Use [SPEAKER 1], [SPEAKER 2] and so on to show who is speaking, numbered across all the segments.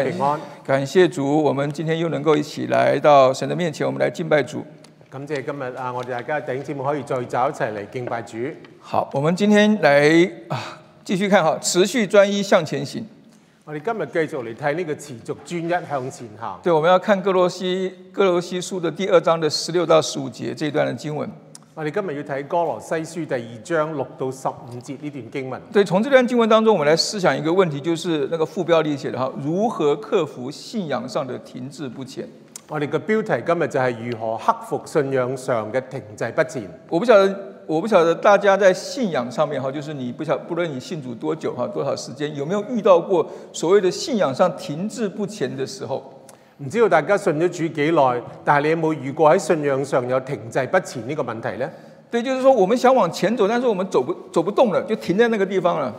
[SPEAKER 1] 平安，
[SPEAKER 2] 感谢主，我们今天又能够一起来到神的面前，我们来敬拜主。
[SPEAKER 1] 感謝今日啊，我哋大家弟兄姊妹可以聚集一齊嚟敬拜主。
[SPEAKER 2] 好，我们今天来啊，继续看哈，持续专一向前行。
[SPEAKER 1] 我哋今日繼續嚟睇呢個持續專一向前行。
[SPEAKER 2] 对，我们要看哥罗西哥罗西书的第二章的十六到十五节这一段的经文。
[SPEAKER 1] 我哋今日要睇哥羅西書第二章六到十五節呢段經文。
[SPEAKER 2] 对，从这段经文当中，我们来思想一个问题，就是那个副标题写的哈，如何克服信仰上的停滞不前。
[SPEAKER 1] 我哋嘅標題今日就係如何克服信仰上嘅停滯不前。
[SPEAKER 2] 我不晓得，我不晓得大家在信仰上面哈，就是你不晓，不论你信主多久哈，多少时间，有没有遇到过所谓的信仰上停滞不前的时候？
[SPEAKER 1] 唔知道大家信咗主幾耐，但係你有冇遇過喺信仰上有停滯不前呢個問題呢？
[SPEAKER 2] 对，就是说我们想往前走，但是我们走不走不动了，就停在那个地方了。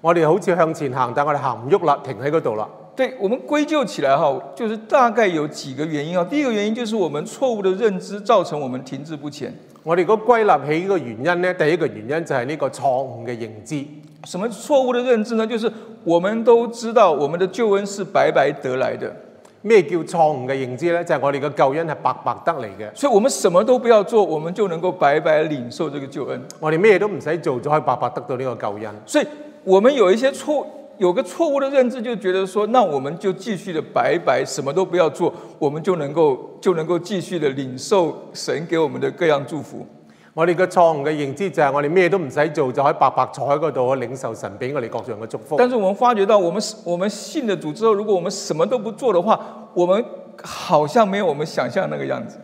[SPEAKER 1] 我哋好似向前行，但我哋行唔喐啦，停喺嗰度啦。
[SPEAKER 2] 对我们归咎起来哈，就是大概有几个原因啊。第一个原因就是我们错误的认知造成我们停滞不前。
[SPEAKER 1] 我哋如果歸納起呢個原因呢，第一個原因就係呢個錯誤嘅認知。
[SPEAKER 2] 什么错误的认知呢？就是我们都知道我们的救恩是白白得来的，
[SPEAKER 1] 咩叫錯誤嘅認知呢？就係、我哋嘅救恩係白白得嚟嘅，
[SPEAKER 2] 所以我们什么都不要做，我们就能够白白领受这个救恩。
[SPEAKER 1] 我哋咩都唔使做就可以白白得到呢個救恩。
[SPEAKER 2] 所以我们有一些错，有个错误的认知，就觉得说，那我们就继续的白白什么都不要做，我们就能够就能够继续的领受神给我们的各样祝福。
[SPEAKER 1] 我哋嘅錯誤嘅認知就係我哋咩都唔使做就可以白白坐喺嗰度領受神俾我哋各樣嘅祝福。
[SPEAKER 2] 但是我们发觉到，我们我们信了主之后，如果我们什么都不做的话，我们好像没有我们想象那个样子。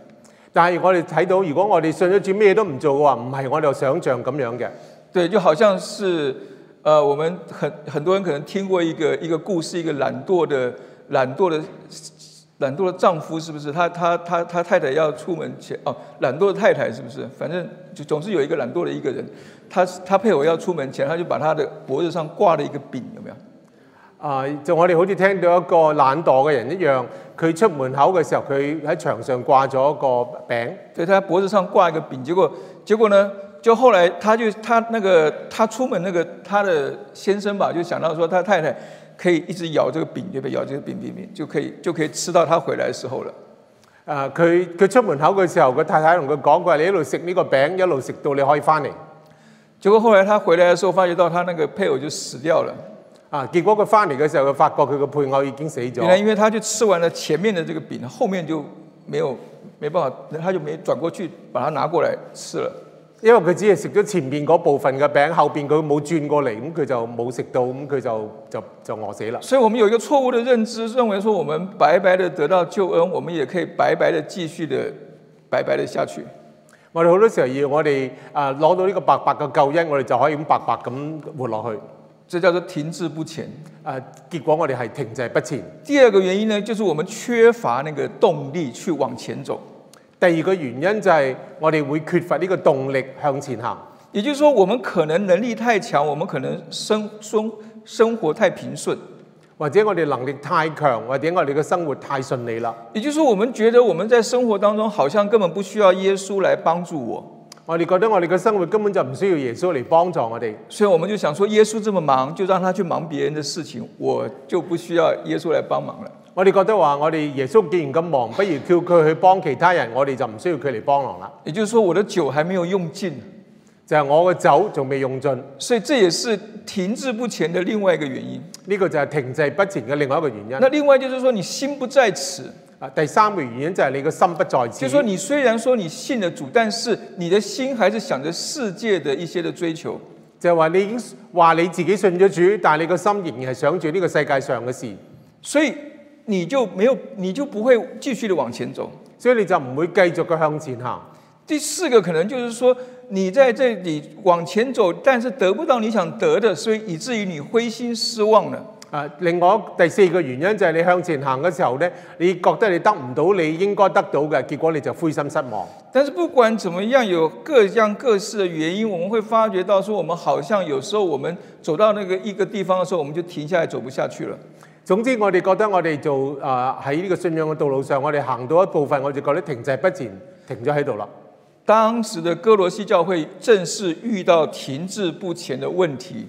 [SPEAKER 1] 但係我哋睇到，如果我哋信咗主咩都唔做嘅話，唔係我哋想象咁樣嘅。
[SPEAKER 2] 对，就好像是，呃，我们很很多人可能听过一个一个故事，一个懒惰的懒惰的懒惰的丈夫，是不是？他他他他太太要出门前哦，懒惰的太太是不是？反正就总是有一个懒惰的一个人，他他配偶要出门前，他就把他的脖子上挂了一个饼，有没有？
[SPEAKER 1] 啊、就我哋好似聽到一個懶惰嘅人一樣，佢出門口嘅時候，佢喺牆上掛咗一個餅。
[SPEAKER 2] 对，他脖子上挂一个饼，结果结果呢，就后来他就他那个他出门那个他的先生吧，就想到说他太太可以一直咬这个饼，对不对？咬这个饼饼饼就可以就可以吃到他回來的时候了。
[SPEAKER 1] 誒佢佢出門口嘅時候，個太太同佢講：佢話你一路食呢個餅，一路食到你可以翻嚟。
[SPEAKER 2] 结果后来他回来的时候，发觉到他那个配偶就死掉了。
[SPEAKER 1] 啊，結果佢翻嚟嘅時候，佢發覺佢個配偶已經死
[SPEAKER 2] 原
[SPEAKER 1] 咗。
[SPEAKER 2] 来因为他就吃完了前面的这个饼，后面就没有没办法，他就没转过去把它拿过来吃了。
[SPEAKER 1] 因為佢只係食咗前面嗰部分嘅餅，後邊佢冇轉過嚟，咁佢就冇食到，咁佢就就就餓死啦。
[SPEAKER 2] 所以我们有一个错误的认知，认为说我们白白的得到救恩，我们也可以白白的继续的白白的下去。
[SPEAKER 1] 我哋好多時候要我哋啊攞到呢個白白嘅救恩，我哋就可以咁白白咁活落去。
[SPEAKER 2] 这叫做停滞不前。
[SPEAKER 1] 啊，結果我哋係停滯不前。
[SPEAKER 2] 第二个原因呢，就是我们缺乏那个动力去往前走。
[SPEAKER 1] 第二個原因就係我哋會缺乏呢個動力向前行。
[SPEAKER 2] 也就是说，我们可能能力太强，我们可能生生生活太平顺，
[SPEAKER 1] 或者我哋能力太強，或者我哋嘅生活太順利啦。
[SPEAKER 2] 也就是说，我们觉得我们在生活当中好像根本不需要耶稣来帮助我，
[SPEAKER 1] 我哋覺得我哋嘅生活根本就唔需要耶穌嚟幫助我哋，
[SPEAKER 2] 所以我们就想说，耶稣这么忙，就让他去忙别人的事情，我就不需要耶稣来帮忙了。
[SPEAKER 1] 我哋覺得話我哋耶穌既然咁忙，不如叫佢去幫其他人，我哋就唔需要佢嚟幫忙啦。
[SPEAKER 2] 也就是说，我的酒还没有用尽，
[SPEAKER 1] 就係、我嘅酒仲未用盡，呢、
[SPEAKER 2] 所以这也是停滞不前的另外一个原因。
[SPEAKER 1] 個就係停滯不前嘅另外一個原因。
[SPEAKER 2] 那另外就是说，你心不在此，
[SPEAKER 1] 啊，第三個原因就係你嘅心不在
[SPEAKER 2] 就
[SPEAKER 1] 此。
[SPEAKER 2] 说你虽然说你信了主，但是你的心还是想着世界的一些的追求。
[SPEAKER 1] 就係話你已經話你自己信咗主，但係你個心仍然係想住呢個世界上嘅事，
[SPEAKER 2] 所以你就没有，你就不会继续的往前走。
[SPEAKER 1] 所以你就唔會繼續嘅向前行。
[SPEAKER 2] 第四个可能就是说，你在这里往前走，但是得不到你想得的，所以以至于你灰心失望了。
[SPEAKER 1] 啊，另外第四個原因就係你向前行嘅時候呢，你覺得你得唔到你應該得到嘅，結果你就灰心失望。
[SPEAKER 2] 但是不管怎么样，有各样各式的原因，我们会发觉到说，我们好像有时候我们走到那个一个地方的时候，我们就停下来走不下去了。
[SPEAKER 1] 總之，我哋覺得我哋做啊喺呢個信仰嘅道路上，我哋行到一部分，我就覺得停滯不前，停咗喺度啦。
[SPEAKER 2] 当时的哥罗西教会正是遇到停滞不前的问题，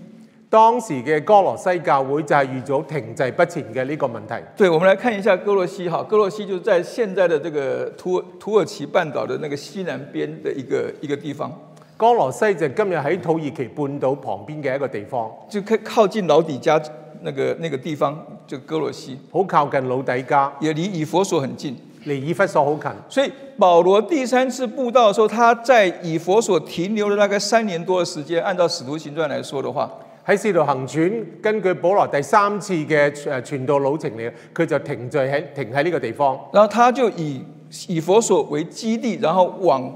[SPEAKER 1] 當時嘅哥羅西教會就係遇咗停滯不前嘅呢個問題。
[SPEAKER 2] 对，我们来看一下哥洛西哈，哥洛西就是在现在的这个土耳土耳其半岛的那个西南边的一个一个地方，
[SPEAKER 1] 哥羅西就今日喺土耳其半島旁邊嘅一個地方，
[SPEAKER 2] 就靠靠近老底家那个那个地方，就哥洛西，
[SPEAKER 1] 好靠近老底家，
[SPEAKER 2] 也离以佛所很近。
[SPEAKER 1] 離以弗所好近。
[SPEAKER 2] 所以保罗第三次布道的时候，他在以佛所停留了大概三年多的时间。按照使徒行传来说的话，
[SPEAKER 1] 喺《使徒行傳》，根據保羅第三次嘅誒傳道路程嚟，佢就停滯喺停喺呢個地方。
[SPEAKER 2] 然后他就以以佛所为基地，然后往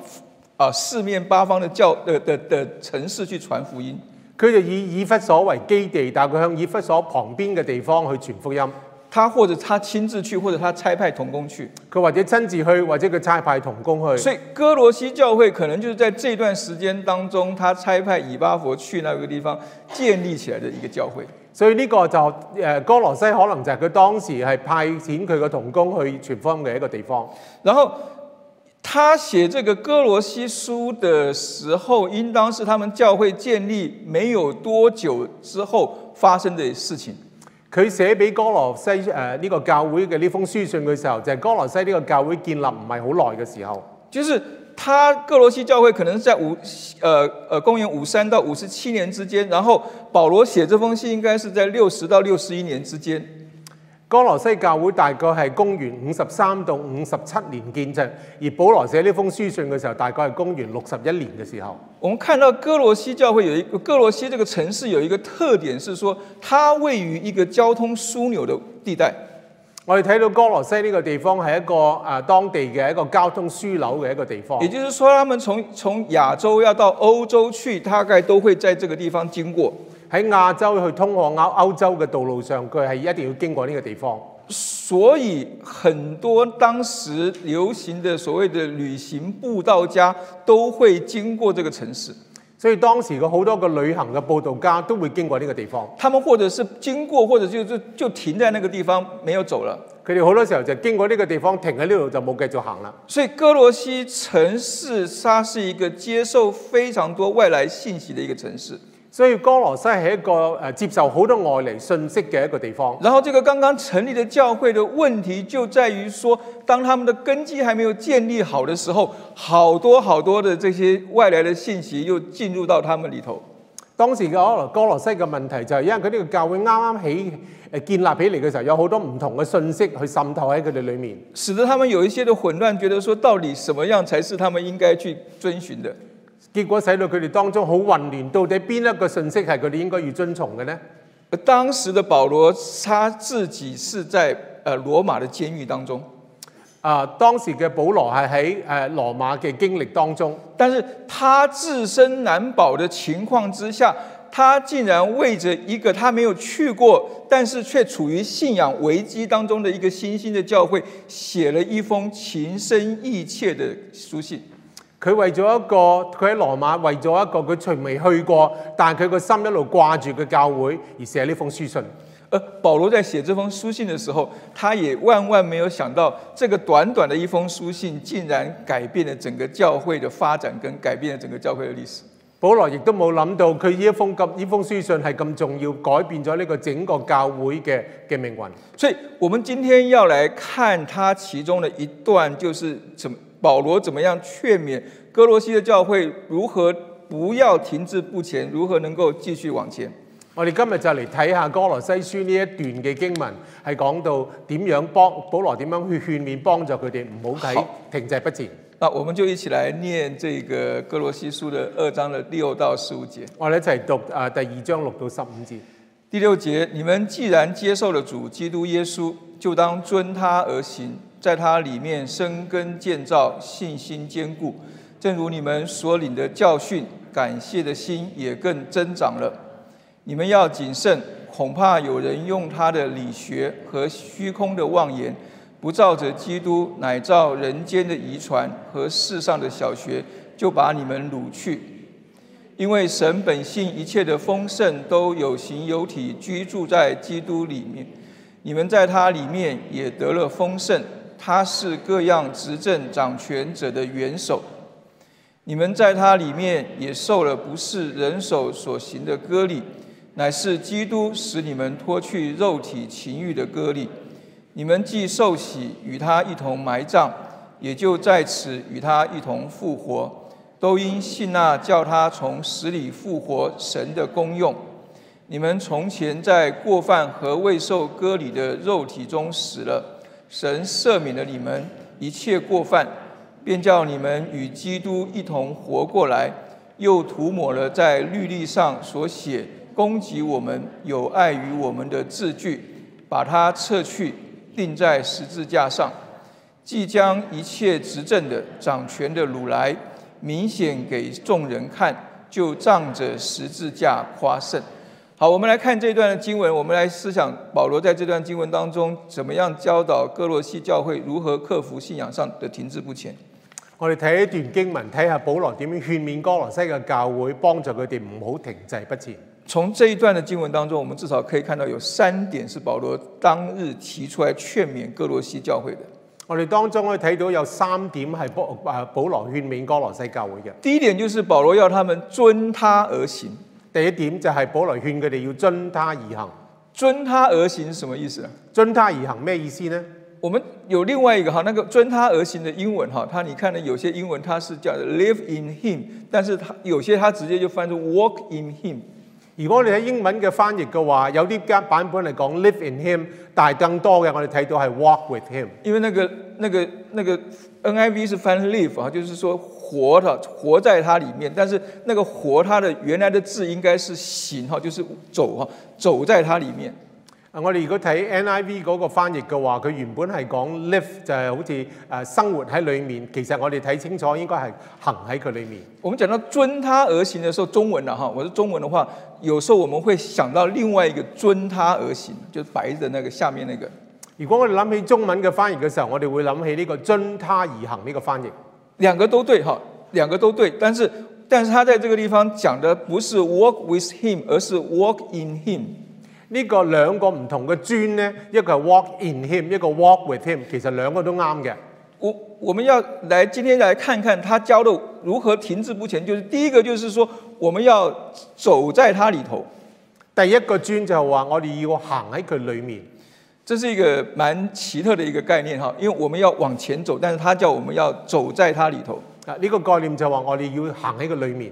[SPEAKER 2] 啊、四面八方的教的的的城市去传福音。
[SPEAKER 1] 佢就以以弗所為基地，但係佢向以弗所旁邊嘅地方去傳福音。
[SPEAKER 2] 他或者他亲自去，或者他差派童工去。
[SPEAKER 1] 佢或者親自去，或者佢差派童工去。
[SPEAKER 2] 所以哥罗西教会可能就是在这段时间当中，他差派以巴佛去那个地方建立起来的一个教会。
[SPEAKER 1] 所以呢個就誒、呃哥羅西可能就係佢當時係派遣佢嘅童工去傳福音嘅一個地方。
[SPEAKER 2] 然后他写这个哥罗西书的时候，应当是他们教会建立没有多久之后发生的事情。
[SPEAKER 1] 佢寫俾哥羅西呃誒呢、個教會嘅呢封書信嘅時候，就係、哥羅西呢個教會建立唔係好耐嘅時候。
[SPEAKER 2] 就是他哥罗西教会可能是在五呃呃公元五三到五十七年之间，然后保罗写这封信应该是在六十到六十一年之间。
[SPEAKER 1] 哥羅西教會大概係公元五十三到五十七年建制，而保羅寫呢封書信嘅時候，大概係公元六十一年嘅時候。
[SPEAKER 2] 我们看到哥罗西教会有一个哥罗西这个城市有一个特点是说，它位于一个交通枢纽的地带。
[SPEAKER 1] 我哋睇到哥羅西呢個地方係一個誒、啊當地嘅一個交通樞紐嘅一個地方
[SPEAKER 2] 也，就是说，他们从从亚洲要到欧洲去，大概都会在这个地方经过。
[SPEAKER 1] 喺亞洲去通往歐歐洲嘅道路上，佢係一定要經過呢個地方。
[SPEAKER 2] 所以，很多当时流行的所谓的旅行布道家都会经过这个城市。
[SPEAKER 1] 所以當時嘅好多個旅行嘅報道家都會經過呢個地方，
[SPEAKER 2] 他们或者是经过，或者就就就停在那个地方没有走了。
[SPEAKER 1] 佢哋好多時候就經過呢個地方，停喺呢度就冇繼續行啦。
[SPEAKER 2] 所以，哥罗西城市它是一个接受非常多外来信息的一个城市。
[SPEAKER 1] 所以哥羅西係一個誒、呃接受好多外嚟信息嘅一個地方。
[SPEAKER 2] 然后，这个刚刚成立的教会的问题就在于说，当他们的根基还没有建立好的时候，好多好多的这些外来的信息又进入到他们里头。
[SPEAKER 1] 當時嘅可能哥羅西嘅問題就係因為佢呢個教會啱啱起誒建立起嚟嘅時候，有好多唔同嘅信息去滲透喺佢哋裡面，
[SPEAKER 2] 使得他们有一些的混乱，觉得说到底什么样才是他们应该去遵循的。
[SPEAKER 1] 結果使到佢哋當中好混亂。到底邊一個信息係佢哋應該要遵從嘅呢？
[SPEAKER 2] 而当时的保罗他自己是在呃罗马的监狱当中，
[SPEAKER 1] 啊，當時嘅保羅係喺誒羅馬嘅經歷當中，
[SPEAKER 2] 但是他自身难保的情况之下，他竟然为着一个他没有去过，但是却处于信仰危机当中的一个新兴的教会，写了一封情深意切的书信。
[SPEAKER 1] 佢為咗一個佢喺羅馬為咗一個佢從未去過，但係佢個心一路掛住嘅教會而寫呢封書信。
[SPEAKER 2] 而保罗在写这封书信的时候，他也万万没有想到，这个短短的一封书信，竟然改变了整个教会的发展，跟改变了整个教会的历史。
[SPEAKER 1] 保羅亦都冇諗到佢呢一封咁呢封書信係咁重要，改變咗呢個整個教會嘅嘅命運。
[SPEAKER 2] 所以我们今天要来看他其中的一段，就是怎么保罗怎么样劝勉哥罗西的教会如何不要停滞不前，如何能够继续往前。
[SPEAKER 1] 我哋今日就嚟睇下哥羅西書呢一段嘅經文，係講到點樣幫保羅點樣去勸勉幫助佢哋唔好睇
[SPEAKER 2] 好
[SPEAKER 1] 停滯不前。
[SPEAKER 2] 那我们就一起来念这个哥罗西书的二章的六到十五节。
[SPEAKER 1] 我哋一齊讀啊第二章六到十五節。
[SPEAKER 2] 第六节，你们既然接受了主基督耶稣，就当遵他而行，在他里面生根建造，信心坚固，正如你们所领的教训，感谢的心也更增长了。你们要谨慎，恐怕有人用他的理学和虚空的妄言，不照着基督，乃照人间的遗传和世上的小学，就把你们掳去。因为神本性一切的丰盛都有形有体居住在基督里面，你们在他里面也得了丰盛。他是各样执政掌权者的元首，你们在他里面也受了不是人手所行的割礼，乃是基督使你们脱去肉体情欲的割礼。你们既受洗，与他一同埋葬，也就在此与他一同复活，都因信那叫他从死里复活神的功用。你们从前在过犯和未受割礼的肉体中死了，神赦免了你们一切过犯，便叫你们与基督一同活过来，又涂抹了在律例上所写攻击我们、有碍于我们的字句，把它撤去，钉在十字架上，即将一切执政的、掌权的掳来，明显给众人看，就仗着十字架夸胜。好，我们来看这段的经文，我们来思想保罗在这段经文当中怎么样教导哥罗西教会如何克服信仰上的停滞不前。
[SPEAKER 1] 我哋睇一段經文，睇下保羅點樣勸勉哥羅西嘅教會，幫助佢哋唔好停滯不前。
[SPEAKER 2] 从这一段的经文当中，我们至少可以看到有三点是保罗当日提出来劝勉哥罗西教会的。
[SPEAKER 1] 我哋當中可以睇到有三點係保啊保羅勸勉哥羅西教會嘅。
[SPEAKER 2] 第一点就是保罗要他们遵他而行，
[SPEAKER 1] 第一點就係保羅勸佢哋要遵他而行。
[SPEAKER 2] 遵他而行是什么意思啊？
[SPEAKER 1] 遵他而行咩意思呢？
[SPEAKER 2] 我们有另外一个哈，那个遵他而行的英文哈，它你看呢，有些英文它是叫 live in him，但是它有些它直接就翻成 walk in him。
[SPEAKER 1] 如果你睇英文嘅翻譯嘅話，有啲間版本嚟講 live in him，但係更多嘅我哋睇到係 walk with him。
[SPEAKER 2] 因为那个、那个、那个 NIV 是翻 live 啊，就是说活的，活在它里面。但是那个活，它的原来的字应该是行哈，就是走哈，走在它里面。
[SPEAKER 1] 啊我哋如果睇 NIV 嗰個翻譯嘅話，佢原本係講 live 就係好似誒生活喺裡面，其實我哋睇清楚應該係行喺佢裡面。
[SPEAKER 2] 我们讲到遵他而行的时候，中文啊的哈，我是中文的话，有时候我们会想到另外一个遵他而行，就是白的那个下面那个。
[SPEAKER 1] 如果我哋諗起中文嘅翻譯嘅時候，我哋會諗起呢個遵他而行呢個翻譯。
[SPEAKER 2] 两个都对哈，两个都对，但是但是他在这个地方讲的不是 walk with him，而是 walk in him。
[SPEAKER 1] 呢個兩個唔同嘅磚呢，一個係 walk in him，一個 walk with him，其實兩個都啱嘅。
[SPEAKER 2] 我我们要来今天来看看他教的如何停滞不前，就是第一个就是说我们要走在它里头，
[SPEAKER 1] 第一個磚就係話我哋要行喺佢裡面，
[SPEAKER 2] 这是一个蛮奇特的一个概念哈，因为我们要往前走，但是他叫我们要走在它里头。
[SPEAKER 1] 啊呢、個概念就係話我哋要行喺佢裡面。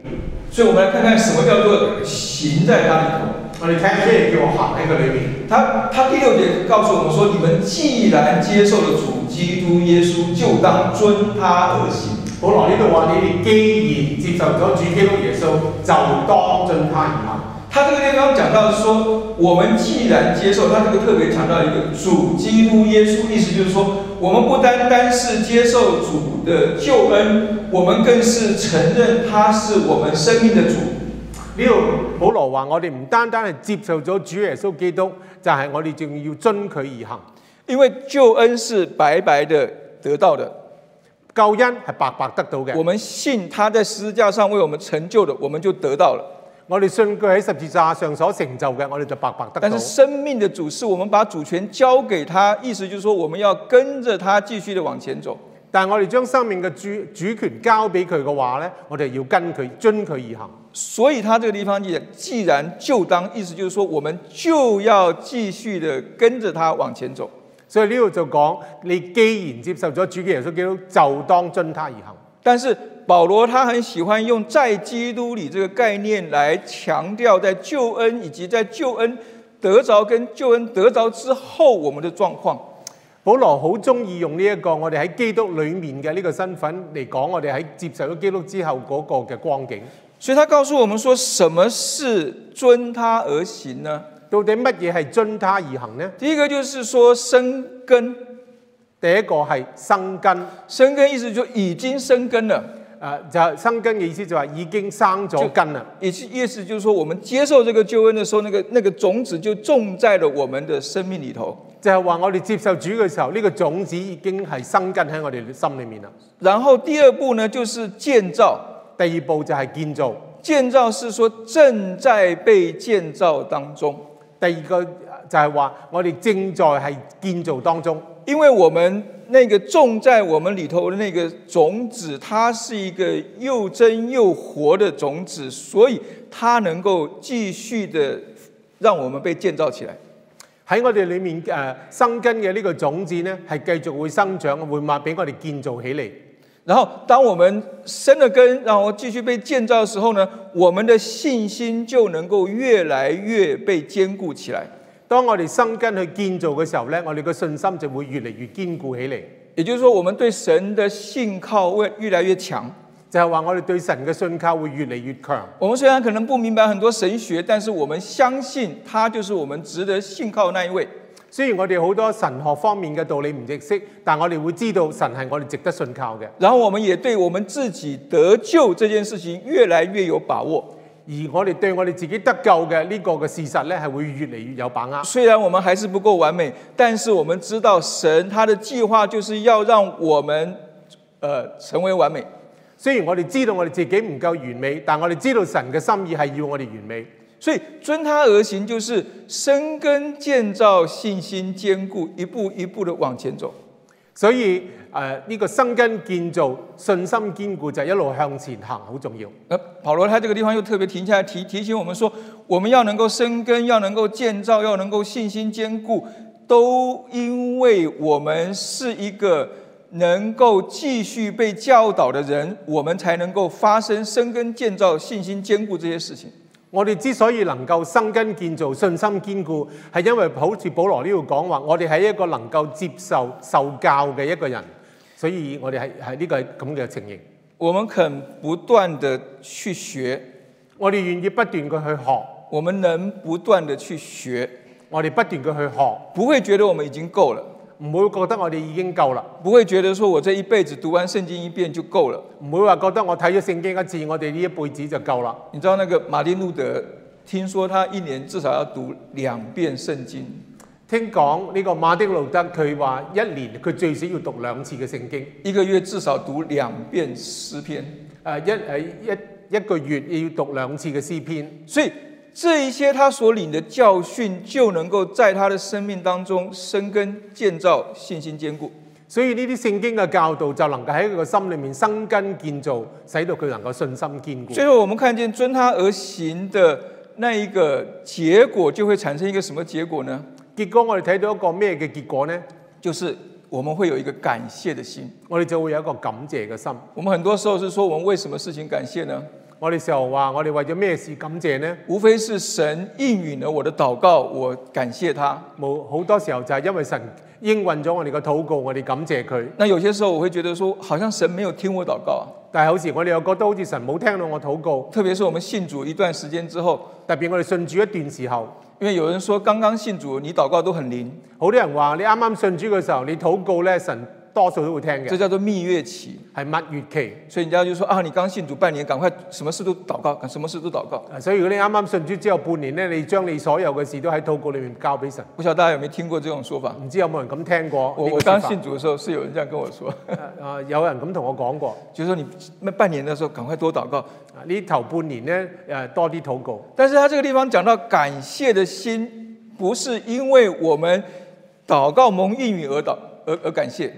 [SPEAKER 2] 所以我们来看看什么叫做行在它里头。
[SPEAKER 1] 我哋睇下咩叫行喺佢裡面。
[SPEAKER 2] 他他第六节告诉我们说，你们既然接受了主基督耶稣，就当遵他而行。
[SPEAKER 1] 保羅呢度話：你哋既然接受咗主基督耶穌，就當進他而行。
[SPEAKER 2] 他这个地方讲到说，我们既然接受，他这个特别强调一个主基督耶稣，意思就是说，我们不单单是接受主的救恩，我们更是承认他是我们生命的主。
[SPEAKER 1] 呢度保羅話：我哋唔單單係接受咗主耶穌基督，就係、我哋仲要遵佢而行。
[SPEAKER 2] 因为救恩是白白的得到的，
[SPEAKER 1] 救恩係白白得到嘅
[SPEAKER 2] 我，们信他在十字架上为我们成就的，我们就得到了。
[SPEAKER 1] 我哋信佢喺十字架上所成就嘅，我哋就白白得
[SPEAKER 2] 但
[SPEAKER 1] 到
[SPEAKER 2] 是。生命的主是我们把主权交给他，意思就是说，我们要跟着他继续的往前走。
[SPEAKER 1] 但係我哋將生命嘅主主權交俾佢嘅話呢，我哋要跟佢遵佢而行。
[SPEAKER 2] 所以他这个地方也既然就当，意思就是说，我们就要继续的跟着他往前走。
[SPEAKER 1] 所以呢度就講：你既然接受咗主嘅耶穌基督，就當遵他而行。
[SPEAKER 2] 但是保罗他很喜欢用在基督里这个概念来强调在救恩以及在救恩得着跟救恩得着之后我们的状况。
[SPEAKER 1] 保羅好中意用呢一個我哋喺基督裏面嘅呢個身份嚟講，我哋喺接受咗基督之後嗰個嘅光景，
[SPEAKER 2] 所以他告诉我们说，什么是遵他而行呢？
[SPEAKER 1] 到底乜嘢係遵他而行呢？
[SPEAKER 2] 第一个就是说生根，
[SPEAKER 1] 第一個係生根，誒、
[SPEAKER 2] 生根意思就已经生根了。
[SPEAKER 1] 就係生根嘅意思就係已經生咗根啦。
[SPEAKER 2] 也是意思就是说，我们接受这个救恩的时候，那个那个种子就种在了我们的生命里头。
[SPEAKER 1] 就係話我哋接受主嘅時候，呢、個種子已經係生根喺我哋心裏面啦。
[SPEAKER 2] 然后第二步呢，就是建造。
[SPEAKER 1] 第二步就係建造，
[SPEAKER 2] 建造是说正在被建造当中，
[SPEAKER 1] 第二個就係話我哋正在係建造當中，
[SPEAKER 2] 因为我们那个种在我们里头的那个种子，它是一个又真又活的种子，所以它能够继续的让我们被建造起来。
[SPEAKER 1] 喺我哋裏面誒、呃生根嘅呢個種子呢，係繼續會生長，會慢慢俾我哋建造起嚟。
[SPEAKER 2] 然后，当我们生了根，然后继续被建造的时候呢，我们的信心就能够越来越被坚固起来。
[SPEAKER 1] 當我哋生根去建造嘅時候呢，我哋嘅信心就會越嚟越堅固起嚟。
[SPEAKER 2] 也就是说，我们对神的信靠会越来越强。
[SPEAKER 1] 就係話我哋對神嘅信靠會越嚟越強。
[SPEAKER 2] 我们虽然可能不明白很多神学，但是我们相信他就是我们值得信靠的那一位。
[SPEAKER 1] 雖然我哋好多神學方面嘅道理唔認識，但我哋會知道神係我哋值得信靠嘅。
[SPEAKER 2] 然后，我们也对我们自己得救这件事情越来越有把握。
[SPEAKER 1] 而我哋對我哋自己得救嘅呢個嘅事實呢，係會越嚟越有把握。
[SPEAKER 2] 虽然我们还是不够完美，但是我们知道神他的计划就是要让我们，呃，成为完美。
[SPEAKER 1] 雖然我哋知道我哋自己唔夠完美，但我哋知道神嘅心意係要我哋完美。
[SPEAKER 2] 所以遵他而行，就是生根建造、信心坚固，一步一步的往前走。
[SPEAKER 1] 所以誒呃呢、個生根建造、信心堅固就係一路向前行，好重要。
[SPEAKER 2] 那保罗他这个地方又特别停下来提提醒我们说，我们要能够生根，要能够建造，要能够信心坚固，都因为我们是一个能够继续被教导的人，我们才能够发生生根建造、信心坚固这些事情。
[SPEAKER 1] 我哋之所以能夠生根建造、信心堅固，係因為好似保羅呢度講話，我哋係一個能夠接受受教嘅一個人，所以我哋係係呢個係咁嘅情形。
[SPEAKER 2] 我们肯不断的去学，
[SPEAKER 1] 我哋願意不斷嘅去學，
[SPEAKER 2] 我们能不断的去学，
[SPEAKER 1] 我哋不斷嘅去學，
[SPEAKER 2] 不会觉得我们已经够了，
[SPEAKER 1] 唔會覺得我哋已經夠啦，
[SPEAKER 2] 不会觉得说我这一辈子读完圣经一遍就够了。
[SPEAKER 1] 唔會話覺得我睇咗聖經一次，我哋呢一輩子就夠啦。
[SPEAKER 2] 你知道那个马丁路德，听说他一年至少要读两遍圣经，
[SPEAKER 1] 聽講呢個馬丁路德佢話一年佢最少要讀兩次嘅聖經，誒、
[SPEAKER 2] 一个月至少读兩遍诗篇。
[SPEAKER 1] 一誒一一個月要讀兩次嘅詩篇。
[SPEAKER 2] 所以这一些他所领的教训，就能够在他的生命当中生根建造、信心坚固。
[SPEAKER 1] 所以呢啲聖經嘅教導就能夠喺佢個心裏面生根建造，使到佢能夠信心堅固。
[SPEAKER 2] 最后我们看见遵他而行的那一个结果，就会产生一个什么结果呢？
[SPEAKER 1] 結果我哋睇到一個咩嘅結果呢？
[SPEAKER 2] 就是我们会有一个感謝的心。
[SPEAKER 1] 我哋就會有一個感謝嘅心。
[SPEAKER 2] 我们很多时候是说我们为什么事情感谢呢？
[SPEAKER 1] 我哋時候話：我哋為咗咩事感謝呢？
[SPEAKER 2] 无非是神应允了我的祷告，我感谢他。
[SPEAKER 1] 冇好多時候就係因為神應允咗我哋嘅禱告，我哋感謝佢。
[SPEAKER 2] 那有些时候我会觉得说，好像神没有听我祷告啊。
[SPEAKER 1] 但係有時我哋又覺得好似神冇聽到我禱告，
[SPEAKER 2] 特别是我们信主一段时间之后，
[SPEAKER 1] 特別我哋信主一段時候，
[SPEAKER 2] 因为有人说刚刚信主，你祷告都很灵，
[SPEAKER 1] 好多人話你啱啱信主嘅時候，你禱告呢，神多數都會聽
[SPEAKER 2] 这
[SPEAKER 1] 嘅，
[SPEAKER 2] 叫做蜜月期。
[SPEAKER 1] 係蜜月期。
[SPEAKER 2] 所以人家就说啊，你刚信主半年，赶快什么事都祷告，什么事都祷告。
[SPEAKER 1] 啊所以如果你啱啱信主之後半年咧，你將你所有嘅事都喺禱告裏面交俾神。
[SPEAKER 2] 不晓得大家有没有听过这种说法？
[SPEAKER 1] 唔知有冇人咁聽過？
[SPEAKER 2] 我
[SPEAKER 1] 呢個
[SPEAKER 2] 我刚
[SPEAKER 1] 說
[SPEAKER 2] 信主的时候是有人这样跟我说，
[SPEAKER 1] 法啊啊有人咁同我講過。
[SPEAKER 2] 就说你那半年的时候赶快多祷告。
[SPEAKER 1] 啊呢頭半年咧，誒多啲禱告。
[SPEAKER 2] 但是他这个地方讲到感谢的心，不是因为我们祷告蒙应允而祷而而感谢，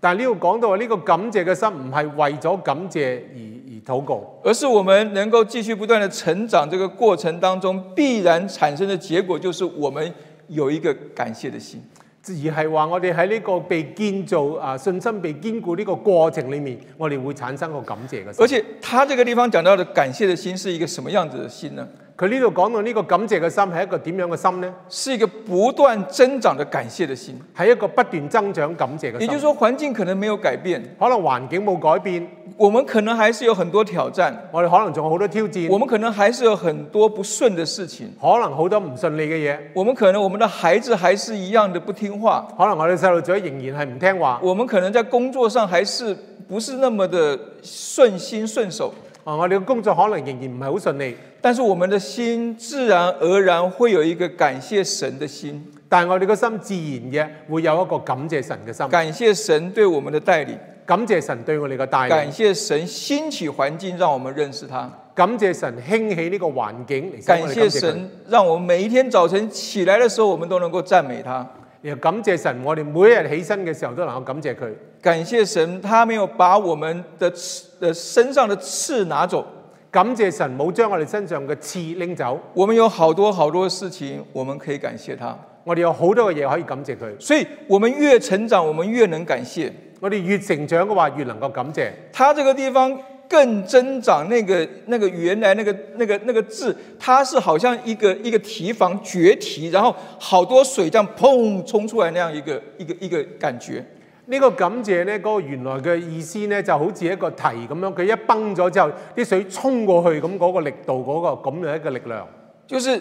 [SPEAKER 1] 但係呢度講到話呢個感謝嘅心唔係為咗感謝而而禱告，
[SPEAKER 2] 而是我们能够继续不断的成长这个过程当中，必然产生的结果就是我们有一个感谢的心。
[SPEAKER 1] 而係話我哋喺呢個被建造啊信心被堅固呢個過程裡面，我哋會產生個感謝嘅心。
[SPEAKER 2] 而且他这个地方讲到的感谢的心是一个什么样子的心呢？
[SPEAKER 1] 佢呢度講到呢個感謝嘅心係一個點樣嘅心呢？
[SPEAKER 2] 是一个不断增长的感谢的心。
[SPEAKER 1] 係一個不斷增長感謝嘅
[SPEAKER 2] 也就是
[SPEAKER 1] 心。
[SPEAKER 2] 说，环境可能没有改变，
[SPEAKER 1] 可能環境冇改變，
[SPEAKER 2] 我们可能还是有很多挑战，
[SPEAKER 1] 我哋可能仲有好多挑戰，
[SPEAKER 2] 我们可能还是有很多不顺的事情。
[SPEAKER 1] 可能好多唔順利嘅嘢。
[SPEAKER 2] 我们可能我们的孩子还是一样的不听话，
[SPEAKER 1] 可能我哋細路仔仍然係唔聽話，
[SPEAKER 2] 我们可能在工作上还是不是那么的顺心顺手，
[SPEAKER 1] 啊，我哋嘅工作可能仍然唔係好順利，
[SPEAKER 2] 但是我们的心自然而然会有一个感谢神的心，
[SPEAKER 1] 但係我哋個心自然嘅會有一個感謝神嘅心，
[SPEAKER 2] 感谢神对我们的带领，
[SPEAKER 1] 感謝神對我哋嘅帶
[SPEAKER 2] 感
[SPEAKER 1] 領，
[SPEAKER 2] 谢神兴起环境让我们认识他，
[SPEAKER 1] 感謝神興起呢個環境嚟使
[SPEAKER 2] 感
[SPEAKER 1] 我哋
[SPEAKER 2] 谢
[SPEAKER 1] 感謝佢，
[SPEAKER 2] 神让我们每一天早晨起来的时候，我们都能够赞美他。
[SPEAKER 1] 然後感謝神，我哋每一日起身嘅時候都能夠感謝佢，
[SPEAKER 2] 感谢神，他没有把我们的刺呃身上的刺拿走，
[SPEAKER 1] 感謝神冇將我哋身上嘅刺拎走，
[SPEAKER 2] 我们有好多好多事情，我们可以感谢他。
[SPEAKER 1] 我哋有好多嘅嘢可以感謝佢。
[SPEAKER 2] 所以，我们越成长，我们越能感谢
[SPEAKER 1] 我哋越成長嘅話，越能夠感謝。
[SPEAKER 2] 他这个地方。更增长那个那个原来那个那个那个字，它是好像一个一个提防决堤，然后好多水这样砰冲出来那样一个一个一个感觉。
[SPEAKER 1] 呢、個感謝呢，嗰、個原來嘅意思呢，就好似一個堤咁樣，佢一崩咗之後，啲水衝過去，咁嗰個力度，嗰、個咁樣一個力量。
[SPEAKER 2] 就是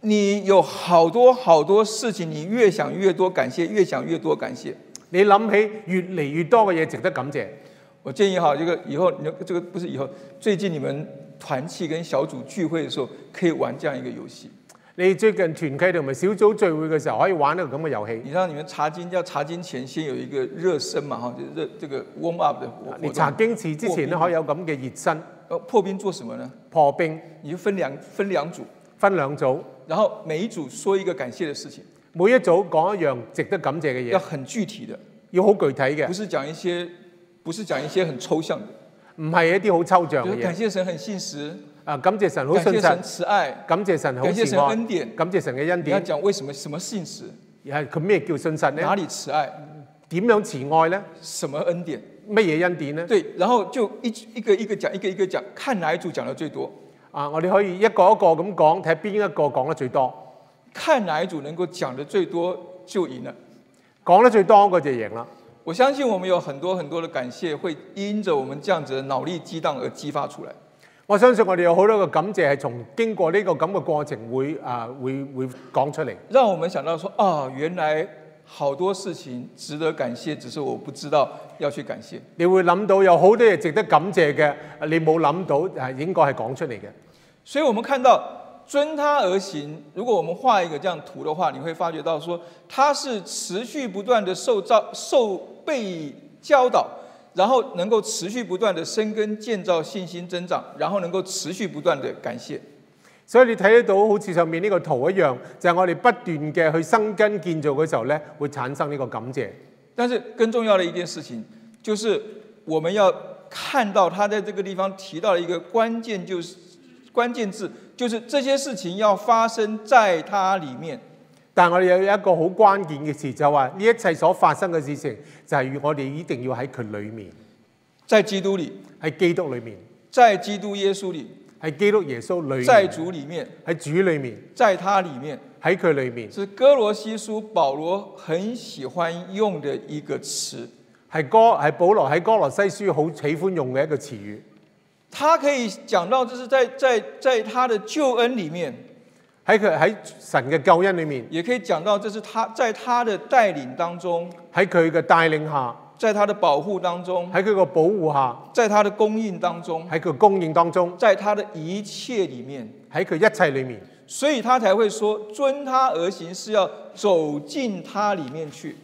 [SPEAKER 2] 你有好多好多事情，你越想越多感谢，越想越多感谢。
[SPEAKER 1] 你諗起越嚟越多嘅嘢值得感謝。
[SPEAKER 2] 我建议哈，这个以后你这个不是以后，最近你们团契跟小组聚会的时候，可以玩这样一个游戏。
[SPEAKER 1] 你最近團契同埋小組聚會嘅時候，可以玩一個咁嘅遊戲。
[SPEAKER 2] 你让你们查经，要查经前先有一个热身嘛哈，就热这个 warm up 的活
[SPEAKER 1] 啊你
[SPEAKER 2] 活
[SPEAKER 1] 查
[SPEAKER 2] 动。
[SPEAKER 1] 經詞之前咧，
[SPEAKER 2] 我
[SPEAKER 1] 可以有咁嘅熱身
[SPEAKER 2] 呃，破冰做什么呢？
[SPEAKER 1] 破冰，
[SPEAKER 2] 你就分两分两组，
[SPEAKER 1] 分兩組，
[SPEAKER 2] 然后每一组说一个感谢的事情，
[SPEAKER 1] 每一組講一樣值得感謝嘅
[SPEAKER 2] 要
[SPEAKER 1] 嘢，
[SPEAKER 2] 很具体的，
[SPEAKER 1] 要好具體嘅
[SPEAKER 2] 不，是讲一些不是讲一些很抽象的。
[SPEAKER 1] 唔係一啲好抽象
[SPEAKER 2] 就
[SPEAKER 1] 嘅
[SPEAKER 2] 是感
[SPEAKER 1] 嘢。
[SPEAKER 2] 谢神很信实，
[SPEAKER 1] 啊，感謝神好
[SPEAKER 2] 感
[SPEAKER 1] 信
[SPEAKER 2] 谢神
[SPEAKER 1] 實，
[SPEAKER 2] 慈爱，
[SPEAKER 1] 感謝神好
[SPEAKER 2] 感谢
[SPEAKER 1] 慈
[SPEAKER 2] 神
[SPEAKER 1] 愛，
[SPEAKER 2] 恩典。
[SPEAKER 1] 感謝神嘅恩
[SPEAKER 2] 你要
[SPEAKER 1] 典。
[SPEAKER 2] 讲为什么什么信实，
[SPEAKER 1] 而係佢咩叫信實呢
[SPEAKER 2] 哪？里慈爱，
[SPEAKER 1] 點樣慈愛呢？
[SPEAKER 2] 什么恩典，
[SPEAKER 1] 乜嘢恩典呢？
[SPEAKER 2] 对，然后就一一个一个讲，一个一个讲，看哪一组讲的最多，
[SPEAKER 1] 啊，我哋可以一個一個咁講，睇邊一個講得最多，
[SPEAKER 2] 看哪一组能够讲的最多就赢了。
[SPEAKER 1] 講得最多嗰個就贏啦。
[SPEAKER 2] 我相信我们有很多很多的感谢，会因着我们这样子的脑力激荡而激发出來。
[SPEAKER 1] 我相信我哋有好多嘅感謝係從經過呢個咁嘅過程會啊會會講出嚟，
[SPEAKER 2] 让我们想到说啊，原来好多事情值得感谢，只是我不知道要去感谢。
[SPEAKER 1] 你會諗到有好多嘢值得感謝嘅，啊你冇諗到係應該係講出嚟嘅。
[SPEAKER 2] 所以我们看到遵他而行，如果我们画一个这样图的话，你会发觉到说，他是持续不断的受造、受被教导，然后能够持续不断的生根建造信心增长，然后能够持续不断的感谢。
[SPEAKER 1] 所以你睇得到好似上面呢個圖一樣，就係、我哋不斷嘅去生根建造嘅時候咧，會產生呢個感謝。
[SPEAKER 2] 但是更重要的一件事情，就是我们要看到他在这个地方提到了一个关键，就是关键字，就是这些事情要发生在他里面。
[SPEAKER 1] 但我哋有一個好關鍵嘅事，就係話呢一切所發生嘅事情，就係我哋一定要喺佢裏面，
[SPEAKER 2] 在基督里，
[SPEAKER 1] 喺基督裏面，
[SPEAKER 2] 在基督耶稣里，
[SPEAKER 1] 喺基督耶穌裏
[SPEAKER 2] 在
[SPEAKER 1] 面，
[SPEAKER 2] 主里面，
[SPEAKER 1] 喺主裏面，
[SPEAKER 2] 在他里面，
[SPEAKER 1] 喺佢裏面，
[SPEAKER 2] 是哥罗西书保罗很喜欢用的一个词。
[SPEAKER 1] 係哥係保羅喺哥羅西書好喜歡用嘅一個詞語。
[SPEAKER 2] 他可以讲到，就是在在在他的救恩里面，
[SPEAKER 1] 喺佢喺神嘅救恩裏面，
[SPEAKER 2] 也可以讲到，这是他在他的带领当中，
[SPEAKER 1] 喺佢嘅帶領下，
[SPEAKER 2] 在他的保护当中，
[SPEAKER 1] 喺佢個保護下，
[SPEAKER 2] 在他的供应当中，
[SPEAKER 1] 喺佢供應當中，
[SPEAKER 2] 在他的一切里面，
[SPEAKER 1] 喺佢一切裏面，
[SPEAKER 2] 所以他才会说遵他而行是要走进他里面去。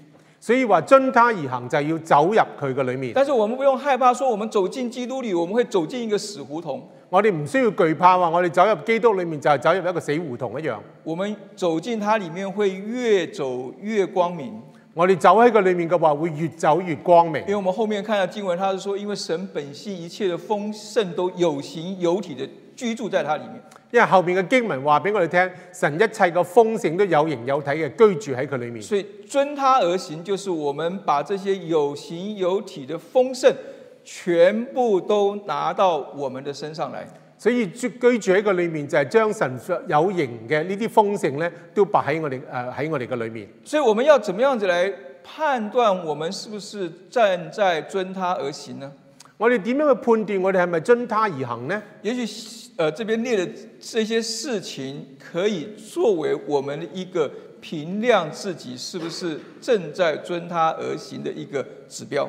[SPEAKER 1] 所以話遵他而行就係要走入佢嘅裏面。
[SPEAKER 2] 但是我们不用害怕说我们走进基督里，我们会走进一个死胡同。
[SPEAKER 1] 我哋唔需要懼怕話，我哋走入基督裏面就係走入一個死胡同一樣。
[SPEAKER 2] 我们走进它里面会越走越光明，
[SPEAKER 1] 我哋走喺佢裏面嘅話，會越走越光明
[SPEAKER 2] 因。为我们后面看到经文，它是说，因为神本性一切的丰盛都有形有体的居住在它里面。
[SPEAKER 1] 因為後面嘅經文話俾我哋聽，神一切嘅豐盛都有形有體嘅居住喺佢裏面。
[SPEAKER 2] 所以遵它而行，就是我们把这些有形有体的丰盛，全部都拿到我们的身上来。
[SPEAKER 1] 所以居居住喺佢裏面就係將神有形嘅呢啲豐盛咧，都擺喺我哋誒喺我哋嘅裏面。
[SPEAKER 2] 所以我们要怎么样子来判断我们是不是站在遵它而行呢？
[SPEAKER 1] 我哋點樣去判斷我哋係咪遵他而行呢？
[SPEAKER 2] 也许呃这边列的这些事情，可以作为我们的一个评量自己是不是正在遵他而行的一个指标。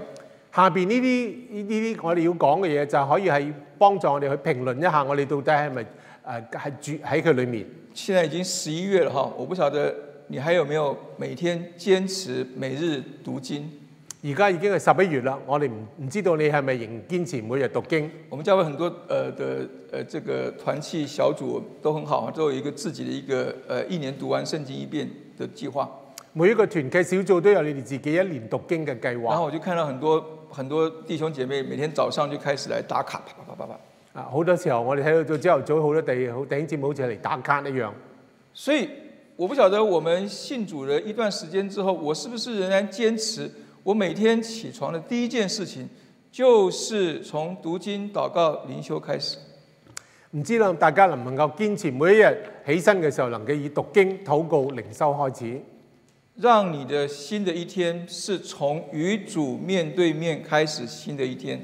[SPEAKER 1] 下邊呢啲呢呢啲我哋要講嘅嘢，就可以係幫助我哋去評論一下，我哋到底係咪誒係住喺佢裏面。
[SPEAKER 2] 现在已经十一月了哈，我不晓得你还有没有每天坚持每日读经。
[SPEAKER 1] 而家已經係十一月啦，我哋唔唔知道你係咪仍堅持每日讀經。
[SPEAKER 2] 我们教会很多呃的呃这个团契小组都很好，都有一个自己的一个呃一年读完圣经一遍的计划。
[SPEAKER 1] 每一個團契小組都有你哋自己一年讀經嘅計
[SPEAKER 2] 然
[SPEAKER 1] 劃。
[SPEAKER 2] 后我就看到很多很多弟兄姐妹每天早上就开始来打卡，啪啪啪啪啪。
[SPEAKER 1] 啊，好多時候我哋睇到到朝頭早好多地好頂節目好似嚟打卡一樣。
[SPEAKER 2] 所以我不晓得我们信主了一段时间之后，我是不是仍然坚持，我每天起床的第一件事情就是从读经、祷告、灵修开始。
[SPEAKER 1] 唔知啦，大家能唔能夠堅持每一日起身嘅時候能夠以讀經、禱告、靈修開始，
[SPEAKER 2] 让你的新的一天是从与主面对面开始新的一天，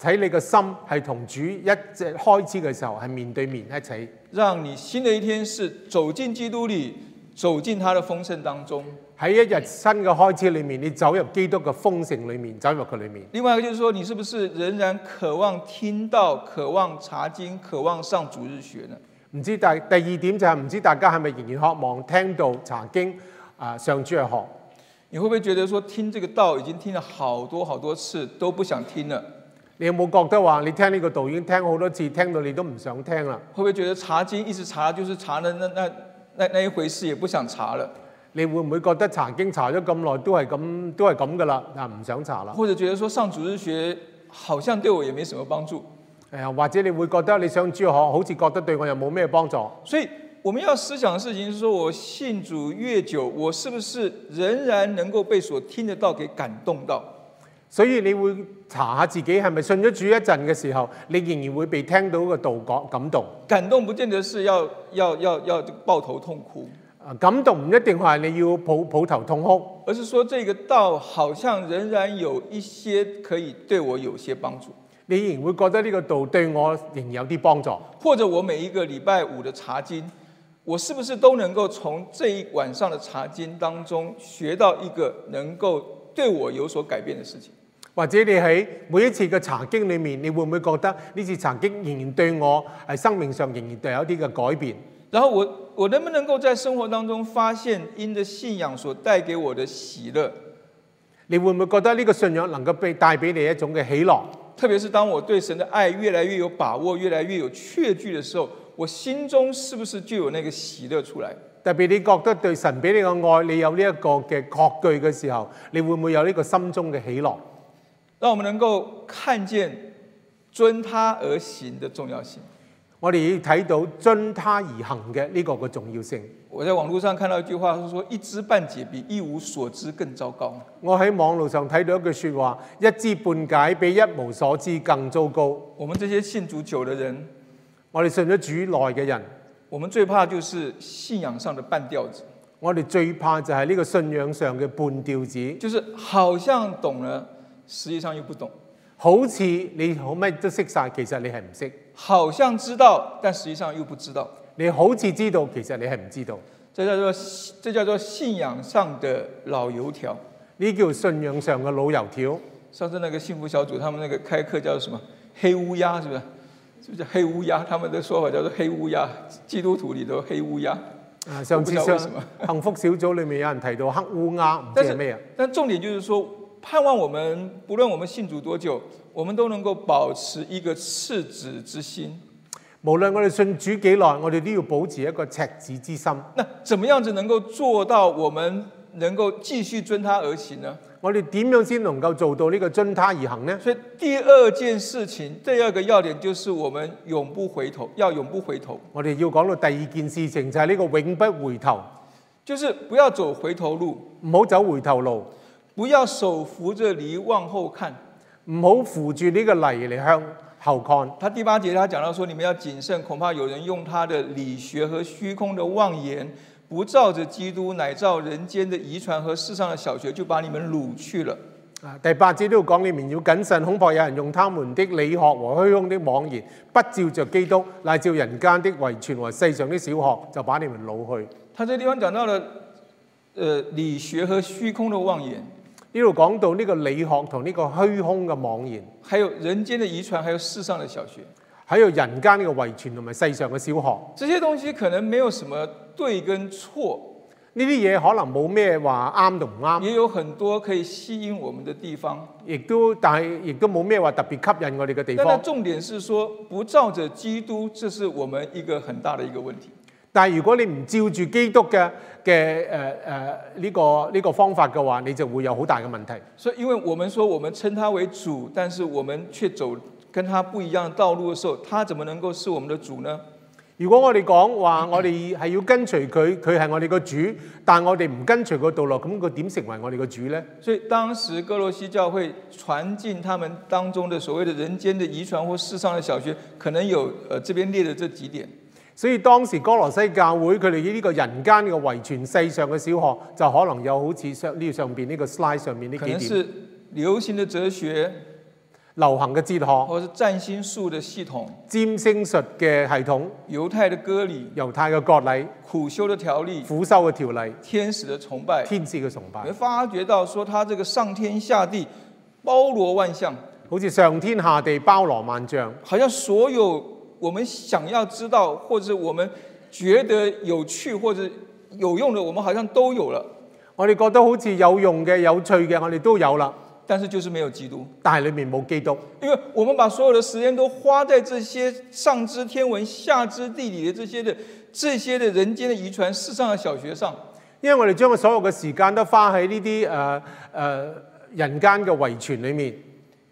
[SPEAKER 1] 睇你個心係同主一直開始嘅時候係面對面一齊，
[SPEAKER 2] 让你新的一天是走进基督里，走进他的丰盛当中。
[SPEAKER 1] 喺一日新嘅開始裏面，你走入基督嘅豐盛裏面，走入佢裏面。
[SPEAKER 2] 另外一个就是说，你是不是仍然渴望听到、渴望查经、渴望上主日学呢？
[SPEAKER 1] 唔知大第二點就係唔知大家係咪仍然渴望聽到查經啊上主嘅學？
[SPEAKER 2] 你会不会觉得说听这个道已经听了好多好多次都不想听了？
[SPEAKER 1] 你有冇覺得話你聽呢個道已經聽好多次，聽到你都唔想聽啦？
[SPEAKER 2] 会不会觉得查经一直查就是查了那那那那一回事也不想查了？
[SPEAKER 1] 你會唔會覺得查經查咗咁耐都係咁都係咁噶啦？啊唔想查啦？
[SPEAKER 2] 或者觉得说上主日学好像对我也没什么帮助？
[SPEAKER 1] 誒或者你會覺得你上主學好似覺得對我又冇咩幫助？
[SPEAKER 2] 所以我们要思想的事情是说，我信主越久，我是不是仍然能够被所听得到给感动到？
[SPEAKER 1] 所以你會查下自己係咪信咗主一陣嘅時候，你仍然會被聽到個道講感動。
[SPEAKER 2] 感动不见得是要要要要抱头痛哭，
[SPEAKER 1] 啊感動唔一定話你要抱抱頭痛哭，
[SPEAKER 2] 而是说这个道好像仍然有一些可以对我有些帮助，
[SPEAKER 1] 你仍然會覺得呢個道對我仍然有啲幫助。
[SPEAKER 2] 或者我每一个礼拜五的查经，我是不是都能够从这一晚上的查经当中学到一个能够对我有所改变的事情？
[SPEAKER 1] 或者你喺每一次嘅查經裏面，你會唔會覺得呢次查經仍然對我係生命上仍然對有一啲嘅改變？
[SPEAKER 2] 然后我我能不能够在生活当中发现因着信仰所带给我的喜乐？
[SPEAKER 1] 你會唔會覺得呢個信仰能夠被帶俾你一種嘅喜樂？
[SPEAKER 2] 特别是当我对神的爱越来越有把握、越来越有确据的时候，我心中是不是就有那个喜乐出来？
[SPEAKER 1] 特別你覺得對神俾你嘅愛，你有呢一個嘅確據嘅時候，你會唔會有呢個心中嘅喜樂？
[SPEAKER 2] 让我们能够看见遵他而行的重要性。
[SPEAKER 1] 我哋要睇到遵他而行嘅呢個嘅重要性。
[SPEAKER 2] 我在网络上看到一句话是说：“一知半解比一无所知更糟糕。
[SPEAKER 1] 我喺網路上睇到一句説話：一知半解比一無所知更糟糕。”
[SPEAKER 2] 我们这些信主久的人，
[SPEAKER 1] 我哋信咗主耐嘅人，
[SPEAKER 2] 我们最怕就是信仰上的半吊子，
[SPEAKER 1] 我哋最怕就係呢個信仰上嘅半吊子。
[SPEAKER 2] 就是好像懂了，实际上又不懂。
[SPEAKER 1] 好似你好咩都識晒，其實你係唔識；
[SPEAKER 2] 好像知道，但实际上又不知道，
[SPEAKER 1] 你好似知道，其實你係唔知道。
[SPEAKER 2] 这叫做这叫做信仰上的老油条。
[SPEAKER 1] 呢叫信仰上嘅老油條。
[SPEAKER 2] 上次那个幸福小组他们那个开课叫什么黑乌鸦，是不是？是不是叫黑乌鸦？他们的说法叫做黑乌鸦，基督徒里头黑乌鸦。
[SPEAKER 1] 啊，上次
[SPEAKER 2] 我不知道
[SPEAKER 1] 上
[SPEAKER 2] 為什麼
[SPEAKER 1] 幸福小組裏面有人提到黑烏鴉，唔知
[SPEAKER 2] 但是
[SPEAKER 1] 係咩啊？
[SPEAKER 2] 但重点就是说，盼望我们不论我们信主多久，我们都能够保持一个赤子之心。
[SPEAKER 1] 無論我哋信主幾耐，我哋都要保持一個赤子之心。
[SPEAKER 2] 那怎么样子能够做到我们能够继续遵他而行呢？
[SPEAKER 1] 我哋點樣先能夠做到呢個遵他而行呢？
[SPEAKER 2] 所以第二件事情，第二个要点就是我们永不回头，要永不回头，
[SPEAKER 1] 我哋要講到第二件事情就係呢個永不回頭，
[SPEAKER 2] 就是不要走回头路，
[SPEAKER 1] 唔好走回頭路，
[SPEAKER 2] 不要手扶着犁往后看。
[SPEAKER 1] 唔好扶住呢個泥嚟向後看。
[SPEAKER 2] 他第八节他讲到说，你们要谨慎，恐怕有人用他的理学和虚空的妄言，不照着基督，乃照人间的遗传和世上的小学，就把你们掳去了。
[SPEAKER 1] 啊，第八節都要講，你們要謹慎，恐怕有人用他們的理學和虛空的妄言，不照着基督，乃照人間的遺傳和世上的小學，就把你們擄去。
[SPEAKER 2] 他这地方讲到了，呃，理学和虚空的妄言，
[SPEAKER 1] 呢度講到呢個理學同呢個虛空嘅妄言，
[SPEAKER 2] 还有人间的遗传，还有世上的小学。
[SPEAKER 1] 喺度人間呢個遺傳同埋世上嘅小學，
[SPEAKER 2] 这些东西可能没有什么对跟错，
[SPEAKER 1] 呢啲嘢可能冇咩話啱同唔啱，
[SPEAKER 2] 也有很多可以吸引我们的地方。
[SPEAKER 1] 亦都但係亦都冇咩話特別吸引我哋嘅地
[SPEAKER 2] 但它
[SPEAKER 1] 方。
[SPEAKER 2] 重点是说，不照着基督，这是我们一个很大的一个问题。
[SPEAKER 1] 但係如果你唔照住基督嘅嘅誒誒呢個呢、個方法嘅話，你就會有好大嘅問題。
[SPEAKER 2] 所以，因为我们说我们称他为主，但是我们却走跟他不一样的道路的时候，他怎么能够是我们的主呢？
[SPEAKER 1] 如果我哋講話，
[SPEAKER 2] 嗯
[SPEAKER 1] 我哋係要跟隨佢，佢係我哋個主，但我哋唔跟隨個道路，咁佢點成為我哋個主呢？
[SPEAKER 2] 所以当时哥罗西教会传进他们当中的所谓的人间的遗传或世上的小学，可能有呃这边列的这几点。
[SPEAKER 1] 所以當時哥羅西教會佢哋呢個人間嘅遺傳世上嘅小學，就可能有好似上呢上邊呢個 slide 上面呢
[SPEAKER 2] 可
[SPEAKER 1] 幾
[SPEAKER 2] 能
[SPEAKER 1] 點
[SPEAKER 2] 是流行的哲学，
[SPEAKER 1] 流行嘅哲學、
[SPEAKER 2] 或者是占星术的系统、
[SPEAKER 1] 占星術嘅系統、
[SPEAKER 2] 犹太的割礼、
[SPEAKER 1] 猶太嘅割禮、
[SPEAKER 2] 苦修的条例、
[SPEAKER 1] 苦修嘅條例、
[SPEAKER 2] 天使的崇拜，
[SPEAKER 1] 天使嘅崇
[SPEAKER 2] 你
[SPEAKER 1] 拜
[SPEAKER 2] 会，发觉到说他这个上天下地包罗万象，
[SPEAKER 1] 好似上天下地包羅萬象，
[SPEAKER 2] 好像所有我们想要知道或者我们觉得有趣或者有用的，我们好像都有了，
[SPEAKER 1] 我哋覺得好似有用嘅、有趣嘅，我哋都有啦，
[SPEAKER 2] 但是就是没有基督。
[SPEAKER 1] 但係裏面冇基督。
[SPEAKER 2] 因为我们把所有的时间都花在这些上知天文、下知地理的这些的这些的人间的遗传、世上的小学上，
[SPEAKER 1] 因為我哋將所有嘅時間都花喺呢啲誒誒人間嘅遺傳裏面，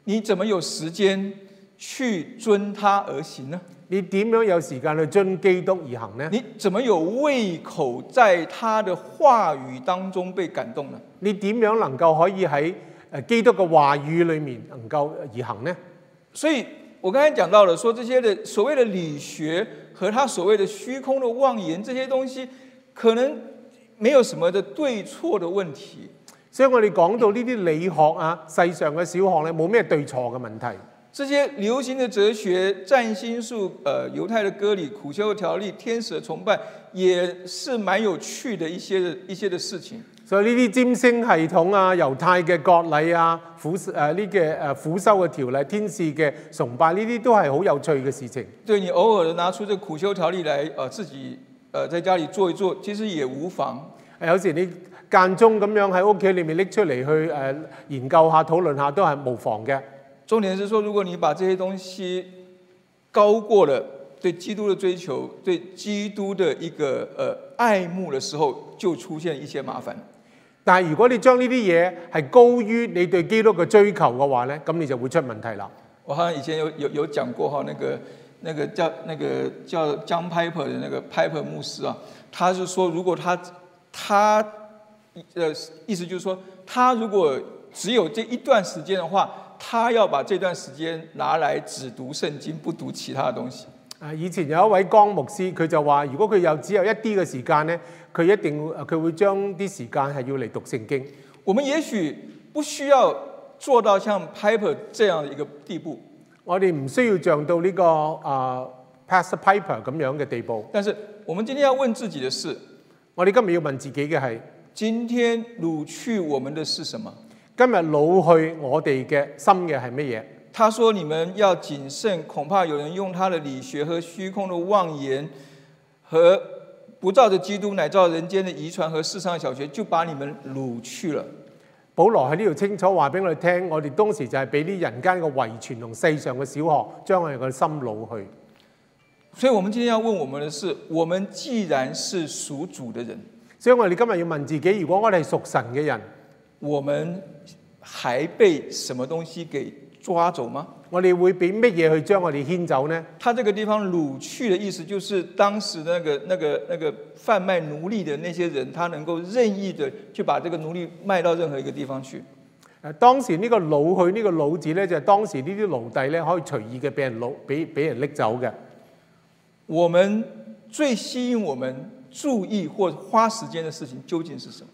[SPEAKER 2] 你怎么有时间去遵他而行呢？
[SPEAKER 1] 你點樣有時間去遵基督而行呢？
[SPEAKER 2] 你怎么有胃口在他的话语当中被感动呢？
[SPEAKER 1] 你點樣能夠可以喺誒基督嘅話語裏面能夠而行呢？
[SPEAKER 2] 所以我刚才讲到了，说这些的所谓的理学和他所谓的虚空的妄言这些东西，可能没有什么的对错的问题，
[SPEAKER 1] 所以我哋講到呢啲理學啊、世上嘅小學咧，冇咩對錯嘅問題。
[SPEAKER 2] 这些流行的哲学、占星术、呃犹太的割礼、苦修条例、天使的崇拜，也是蛮有趣的一些的一些的事情。
[SPEAKER 1] 所以呢啲占星系統啊、猶太嘅割禮啊、苦誒呢嘅誒苦修嘅條例、天使嘅崇拜，呢啲都係好有趣嘅事情。
[SPEAKER 2] 对你偶尔的拿出这苦修条例来，呃，自己呃在家里做一做，其实也无妨。
[SPEAKER 1] 誒有時你間中咁樣喺屋企裏面拎出嚟去誒、呃研究下、討論下都係無妨嘅。
[SPEAKER 2] 重点是说，如果你把这些东西高过了对基督的追求、对基督的一个呃爱慕的时候，就出现一些麻烦。
[SPEAKER 1] 但係如果你將呢啲嘢係高於你對基督嘅追求嘅話呢，咁你就會出問題啦。
[SPEAKER 2] 我好像以前有有有讲过哈，那个那个叫那个叫江 Piper 的那个 Piper 牧师啊，他是说，如果他他呃意思就是说，他如果只有这一段时间的话，他要把这段时间拿来只读圣经，不读其他的东西。
[SPEAKER 1] 啊，以前有一位江牧師，佢就話：如果佢有只有一啲嘅時間呢，佢一定呃佢會將啲時間係要嚟讀聖經。
[SPEAKER 2] 我们也许不需要做到像 Piper 这样的一个地步，
[SPEAKER 1] 我哋唔需要像到呢、個啊、Pastor Piper 咁樣嘅地步。
[SPEAKER 2] 但是我们今天要问自己的是：
[SPEAKER 1] 我哋今日要問自己嘅係：
[SPEAKER 2] 今天掳去我们的是什么？
[SPEAKER 1] 今日老去我哋嘅心嘅係乜嘢？
[SPEAKER 2] 他说：“你们要谨慎，恐怕有人用他的理学和虚空的妄言，和不照着基督，乃照人间的遗传和世上的小学，就把你们掳去了。
[SPEAKER 1] 保羅喺呢度清楚話俾我哋聽，我哋當時就係俾啲人間嘅遺傳同世上嘅小學，將我哋嘅心老去。
[SPEAKER 2] 所以，我们今天要问我们的是：我们既然是属主的人，
[SPEAKER 1] 所以我哋今日要問自己：如果我哋係屬神嘅人，
[SPEAKER 2] 我们还被什么东西给抓走吗？
[SPEAKER 1] 我哋會俾乜嘢去將我哋牽走呢？
[SPEAKER 2] 他这个地方掳去的意思，就是当时那个、那个、那个贩卖奴隶的那些人，他能够任意的去把这个奴隶卖到任何一个地方去。”
[SPEAKER 1] 誒，當時呢個老去呢、個老字呢，就係、當時呢啲奴隸呢可以隨意嘅俾人老俾俾人拎走嘅。
[SPEAKER 2] 我们最吸引我们注意或花时间的事情究竟是什么？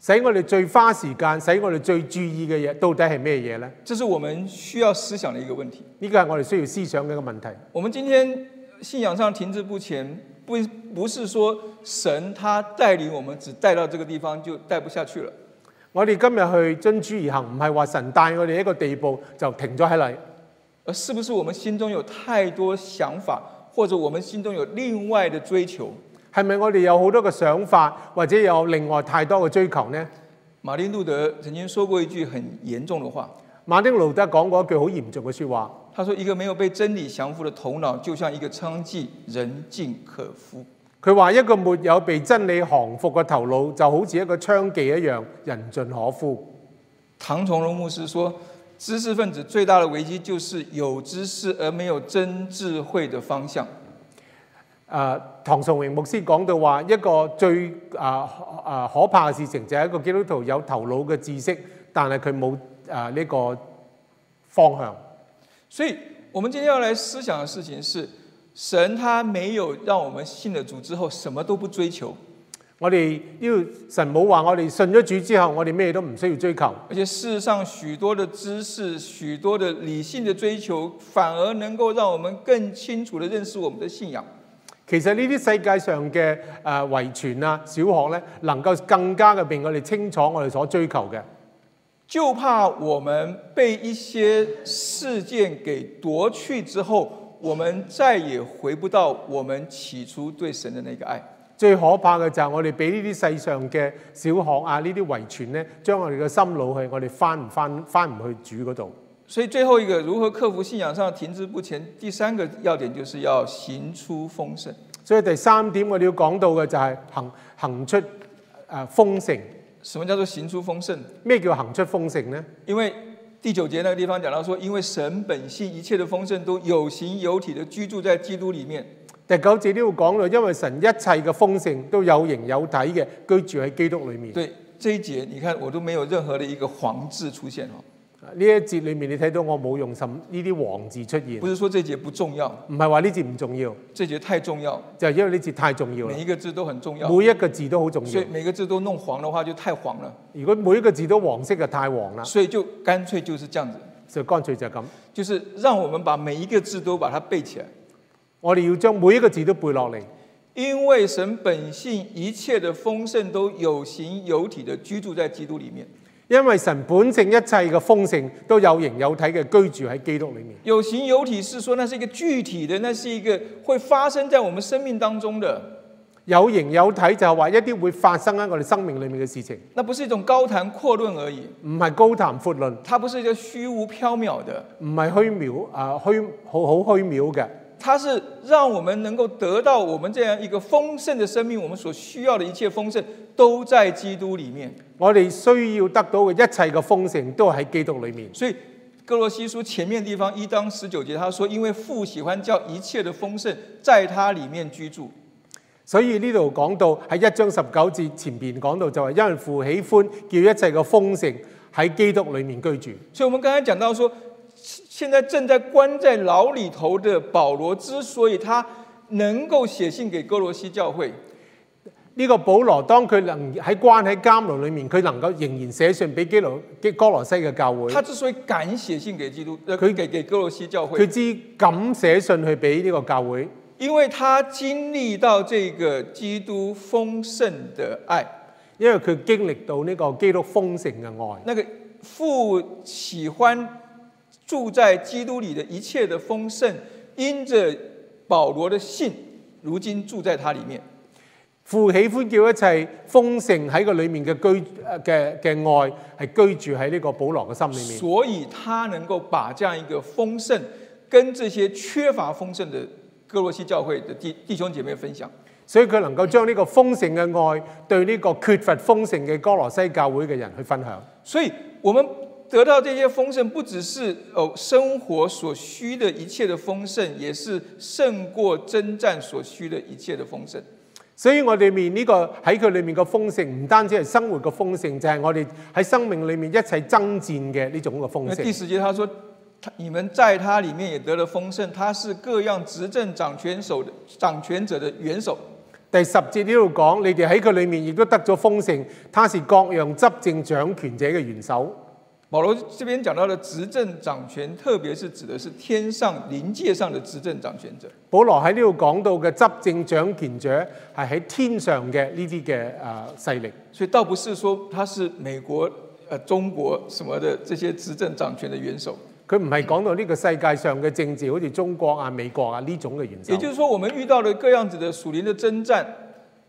[SPEAKER 1] 使我哋最花時間、使我哋最注意嘅嘢，到底係咩嘢呢？
[SPEAKER 2] 这是我们需要思想的一个问题。
[SPEAKER 1] 呢個係我哋需要思想嘅一個問題。
[SPEAKER 2] 我们今天信仰上停滞不前，不不是说神他带领我们只带到这个地方就带不下去了，
[SPEAKER 1] 我哋今日去遵主而行，唔係話神帶我哋一個地步就停咗喺嚟。
[SPEAKER 2] 而是不是我们心中有太多想法，或者我们心中有另外的追求？
[SPEAKER 1] 係咪我哋有好多嘅想法，或者有另外太多嘅追求呢？
[SPEAKER 2] 马丁路德曾经说过一句很严重的话，
[SPEAKER 1] 馬丁路德講過一句好嚴重嘅説話：
[SPEAKER 2] 他说：“一个没有被真理降服的头脑，就像一个娼妓，人尽可夫。”
[SPEAKER 1] 佢話一個沒有被真理降服嘅頭腦，就好似一個娼妓一樣，人盡可夫。
[SPEAKER 2] 唐崇榮牧師說：“知识分子最大的危机就是有知识而没有真智慧的方向。
[SPEAKER 1] 誒、啊唐崇榮牧師講到話，一個最啊啊可怕嘅事情就係一個基督徒有頭腦嘅知識，但係佢冇誒呢個方向。
[SPEAKER 2] 所以，我们今天要来思想的事情是，神他没有让我们信了主之后什么都不追求，
[SPEAKER 1] 我哋呢個神冇話我哋信咗主之後，我哋咩都唔需要追求。
[SPEAKER 2] 而且世上许多的知识、许多的理性的追求，反而能够让我们更清楚的认识我们的信仰。
[SPEAKER 1] 其實呢啲世界上嘅誒、遺傳啊、小學咧，能夠更加嘅令我哋清楚我哋所追求嘅。
[SPEAKER 2] 就怕我们被一些事件给夺去之后，我们再也回不到我们起初对神的那个爱。
[SPEAKER 1] 最可怕嘅就係我哋俾呢啲世上嘅小學啊、呢啲遺傳咧，將我哋嘅心腦去，我哋翻唔翻翻唔去主嗰度。
[SPEAKER 2] 所以最后一个，如何克服信仰上停滞不前？第三个要点就是要行出丰盛。
[SPEAKER 1] 所以第三點我哋要講到嘅就係行行出誒、呃、豐盛。
[SPEAKER 2] 什么叫做行出丰盛？
[SPEAKER 1] 咩叫行出豐盛呢？
[SPEAKER 2] 因为第九节那个地方讲到说，因为神本性一切的丰盛都有形有体的居住在基督里面。
[SPEAKER 1] 第九節呢度講到，因為神一切嘅豐盛都有形有體嘅居住喺基督裏面。
[SPEAKER 2] 对这一节，你看我都没有任何的一个“黄”字出现哦，
[SPEAKER 1] 呢一節裏面你睇到我冇用什呢啲黃字出現，
[SPEAKER 2] 不是说这节不重要，
[SPEAKER 1] 唔係話呢節唔重要，
[SPEAKER 2] 这节太重要，
[SPEAKER 1] 就係、因為呢節太重要啦
[SPEAKER 2] 每。一个字都很重要，
[SPEAKER 1] 每一個字都好重
[SPEAKER 2] 所
[SPEAKER 1] 要
[SPEAKER 2] 以，每个字都弄黄的话就太黄了，
[SPEAKER 1] 如果每一個字都黃色嘅太黃啦，
[SPEAKER 2] 所以就干脆就是这样子，
[SPEAKER 1] 就乾脆就係咁。
[SPEAKER 2] 就是让我们把每一个字都把它背起来。
[SPEAKER 1] 我哋要將每一個字都背落嚟，
[SPEAKER 2] 因为神本性一切的丰盛都有形有体的居住在基督里面。
[SPEAKER 1] 因為神本性一切嘅豐盛都有形有體嘅居住喺基督裏面。
[SPEAKER 2] 有形有体是说那是一个具体的，那是一个会发生在我们生命当中的，
[SPEAKER 1] 有形有體就係話一啲會發生喺我哋生命裏面嘅事情，
[SPEAKER 2] 那不是一种高谈阔论而已，
[SPEAKER 1] 唔係高談闊論，
[SPEAKER 2] 它不是一个虚无缥缈的，
[SPEAKER 1] 唔係虛渺啊虛好好虛渺嘅，
[SPEAKER 2] 它是让我们能够得到我们这样一个丰盛的生命，我们所需要的一切丰盛都在基督里面。
[SPEAKER 1] 我哋需要得到嘅一切嘅豐盛都喺基督裏面。
[SPEAKER 2] 所以哥罗西书前面地方一章十九节他说：“因为父喜欢叫一切的丰盛在他里面居住。”
[SPEAKER 1] 所以呢度講到喺一章十九節前邊講到就係因為父喜歡叫一切嘅豐盛喺基督裏面居住。
[SPEAKER 2] 所以我们刚才讲到说，现现在正在关在牢里头的保罗，之所以他能够写信给哥罗西教会，
[SPEAKER 1] 呢、個保羅當佢能喺關喺監牢裏面，佢能夠仍然寫信俾基羅基哥羅西嘅教會，
[SPEAKER 2] 他之所以敢写信给基督，呃，
[SPEAKER 1] 可以
[SPEAKER 2] 给给哥罗西教
[SPEAKER 1] 佢
[SPEAKER 2] 会，
[SPEAKER 1] 知敢寫信去俾呢個教會。
[SPEAKER 2] 因为他经历到这个基督丰盛的爱，
[SPEAKER 1] 因為佢經歷到呢個基督豐盛嘅愛，
[SPEAKER 2] 那个父喜欢住在基督里的一切的丰盛，因着保罗的信，如今住在他里面。
[SPEAKER 1] 父喜歡叫一切豐盛喺個裏面嘅居呃嘅嘅愛係居住喺呢個保羅嘅心裏面，
[SPEAKER 2] 所以他能够把这样一个丰盛跟这些缺乏丰盛的哥罗西教会的弟弟兄姐妹分享。
[SPEAKER 1] 所以佢能夠將呢個豐盛嘅愛對呢個缺乏豐盛嘅哥羅西教會嘅人去分享。
[SPEAKER 2] 所以我们得到这些丰盛，不只是哦生活所需的一切的丰盛，也是胜过征战所需的一切的丰盛。
[SPEAKER 1] 所以我哋面呢、個喺佢裏面嘅豐盛，唔單止係生活嘅豐盛，就係、我哋喺生命裏面一切爭戰嘅呢種嘅豐
[SPEAKER 2] 那第
[SPEAKER 1] 盛。
[SPEAKER 2] 十节他说。他你们在他里面也得了丰盛，他是各样执政掌权手的掌权者的元首，
[SPEAKER 1] 第十節呢度講，你哋喺佢裏面亦都得咗豐盛，他是各樣執政掌權者嘅元首。
[SPEAKER 2] 保罗这边讲到的执政掌权，特别是指的是天上灵界上的执政掌权者。
[SPEAKER 1] 保羅喺呢度講到嘅執政掌權者係喺天上嘅呢啲嘅誒勢力，
[SPEAKER 2] 所以倒不是说他是美国、呃中国什么的这些执政掌权的元首。
[SPEAKER 1] 佢唔係講到呢個世界上嘅政治，好似中國啊、美國啊呢種嘅元首
[SPEAKER 2] 也。就是说，我们遇到了各样子的属灵的征战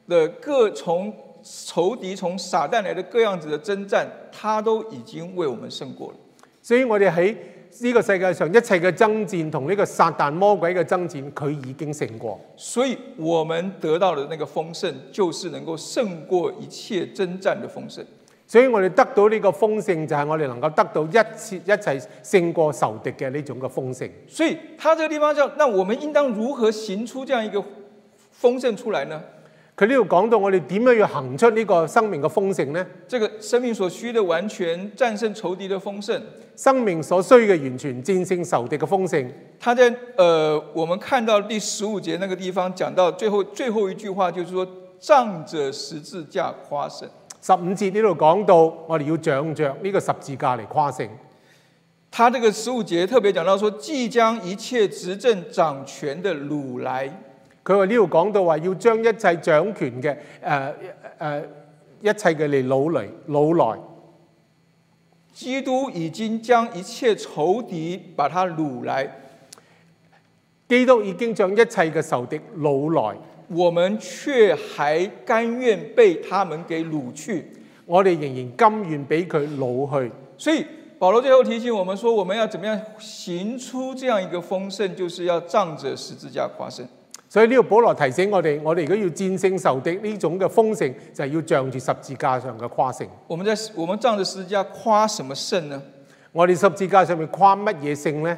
[SPEAKER 2] 的各从仇敌从撒旦来的各样子的征战，他都已经为我们胜过了。
[SPEAKER 1] 所以我哋喺呢個世界上一切嘅爭戰同呢個撒旦魔鬼嘅爭戰，佢已經勝過。
[SPEAKER 2] 所以我们得到的那个丰盛，就是能够胜过一切征战的丰盛。
[SPEAKER 1] 所以我哋得到呢個豐盛，就係我哋能夠得到一切一切勝過仇敵嘅呢種嘅豐盛。
[SPEAKER 2] 所以他这个地方叫，那我们应当如何行出这样一个丰盛出来呢？
[SPEAKER 1] 佢呢度講到我哋點樣要行出呢個生命嘅豐盛呢？
[SPEAKER 2] 这个生命所需的完全战胜仇敌的丰盛，
[SPEAKER 1] 生命所需嘅完全戰勝仇敵嘅豐盛。
[SPEAKER 2] 他在呃，我们看到第十五节那个地方讲到最后最后一句话，就是说仗着十字架夸胜。
[SPEAKER 1] 十五節呢度講到我哋要仗着呢個十字架嚟跨勝。
[SPEAKER 2] 他这个十五节特别讲到说，即将一切执政掌权的掳来，
[SPEAKER 1] 佢話呢度講到話要將一切掌權嘅誒誒一切嘅嚟攞嚟攞來。
[SPEAKER 2] 基督已经将一切仇敌把他掳来，
[SPEAKER 1] 基督已經將一切嘅仇敵攞來，
[SPEAKER 2] 我们却还甘愿被他们给掳去。
[SPEAKER 1] 我哋仍然甘願俾佢攞去。
[SPEAKER 2] 所以保罗最后提醒我们说，我们要怎么样行出这样一个丰盛，就是要仗着十字架夸胜。
[SPEAKER 1] 所以呢度保羅提醒我哋，我哋如果要戰勝仇敵呢種嘅豐盛，就係要仗住十字架上嘅跨勝。
[SPEAKER 2] 我们在我们仗着十字架夸什么胜呢？
[SPEAKER 1] 我哋十字架上面跨乜嘢勝呢？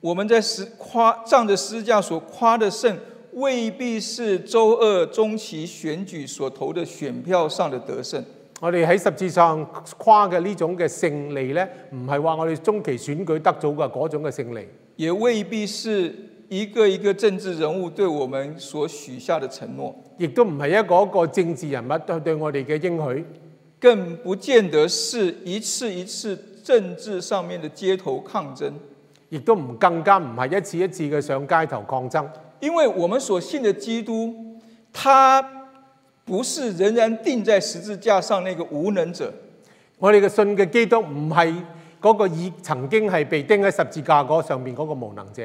[SPEAKER 2] 我们在十夸仗着十字架所夸的胜，未必是周二中期选举所投的选票上的得胜。
[SPEAKER 1] 我哋喺十字上跨嘅呢種嘅勝利呢，唔係話我哋中期選舉得到嘅嗰種嘅勝利，
[SPEAKER 2] 也未必是一个一个政治人物对我们所许下的承诺，
[SPEAKER 1] 亦都唔係一個一個政治人物對對我哋嘅應許，
[SPEAKER 2] 更不见得是一次一次政治上面的街头抗争。
[SPEAKER 1] 亦都唔更加唔係一次一次嘅上街頭抗爭。
[SPEAKER 2] 因为我们所信的基督，他不是仍然钉在十字架上那个无能者，
[SPEAKER 1] 我哋嘅信嘅基督唔係嗰個已曾經係被釘喺十字架嗰上面嗰個無能者。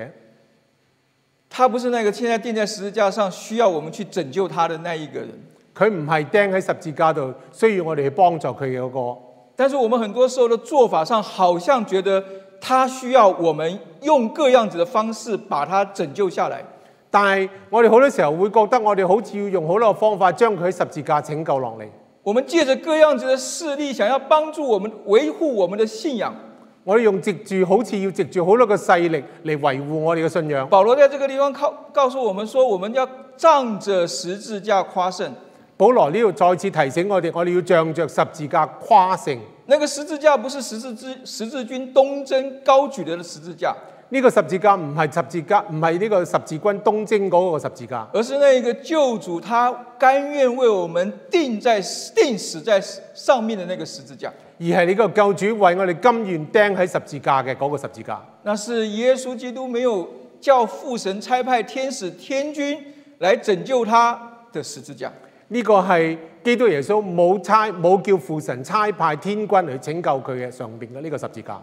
[SPEAKER 2] 他不是那个现在钉在十字架上需要我们去拯救他的那一个人。
[SPEAKER 1] 佢唔係釘喺十字架度，需要我哋去幫助佢嘅嗰個。
[SPEAKER 2] 但是我们很多时候的做法上，好像觉得他需要我们用各样子的方式把他拯救下来。
[SPEAKER 1] 但係我哋好多時候會覺得我哋好似要用好多方法將佢喺十字架拯救落嚟。
[SPEAKER 2] 我们借着各样子的势力，想要帮助我们维护我们的信仰。
[SPEAKER 1] 我哋用藉住好似要藉住好多個勢力嚟維護我哋嘅信仰。
[SPEAKER 2] 保罗在这个地方告告诉我们说，我们要仗着十字架夸胜。
[SPEAKER 1] 保羅呢度再次提醒我哋，我哋要仗着十字架跨勝。
[SPEAKER 2] 那个十字架不是十字之十字军东征高举的十字架，
[SPEAKER 1] 呢、個十字架唔係十字架，唔係呢個十字軍東征嗰個十字架，
[SPEAKER 2] 而是那一个救主他甘愿为我们钉在钉死在上面的那个十字架。
[SPEAKER 1] 而係呢個救主為我哋甘願釘喺十字架嘅嗰個十字架。
[SPEAKER 2] 那是耶稣基督没有叫父神差派天使天君来拯救他的十字架。
[SPEAKER 1] 呢個係基督耶穌冇差冇叫父神差派天君去拯救佢嘅上邊嘅呢個十字架。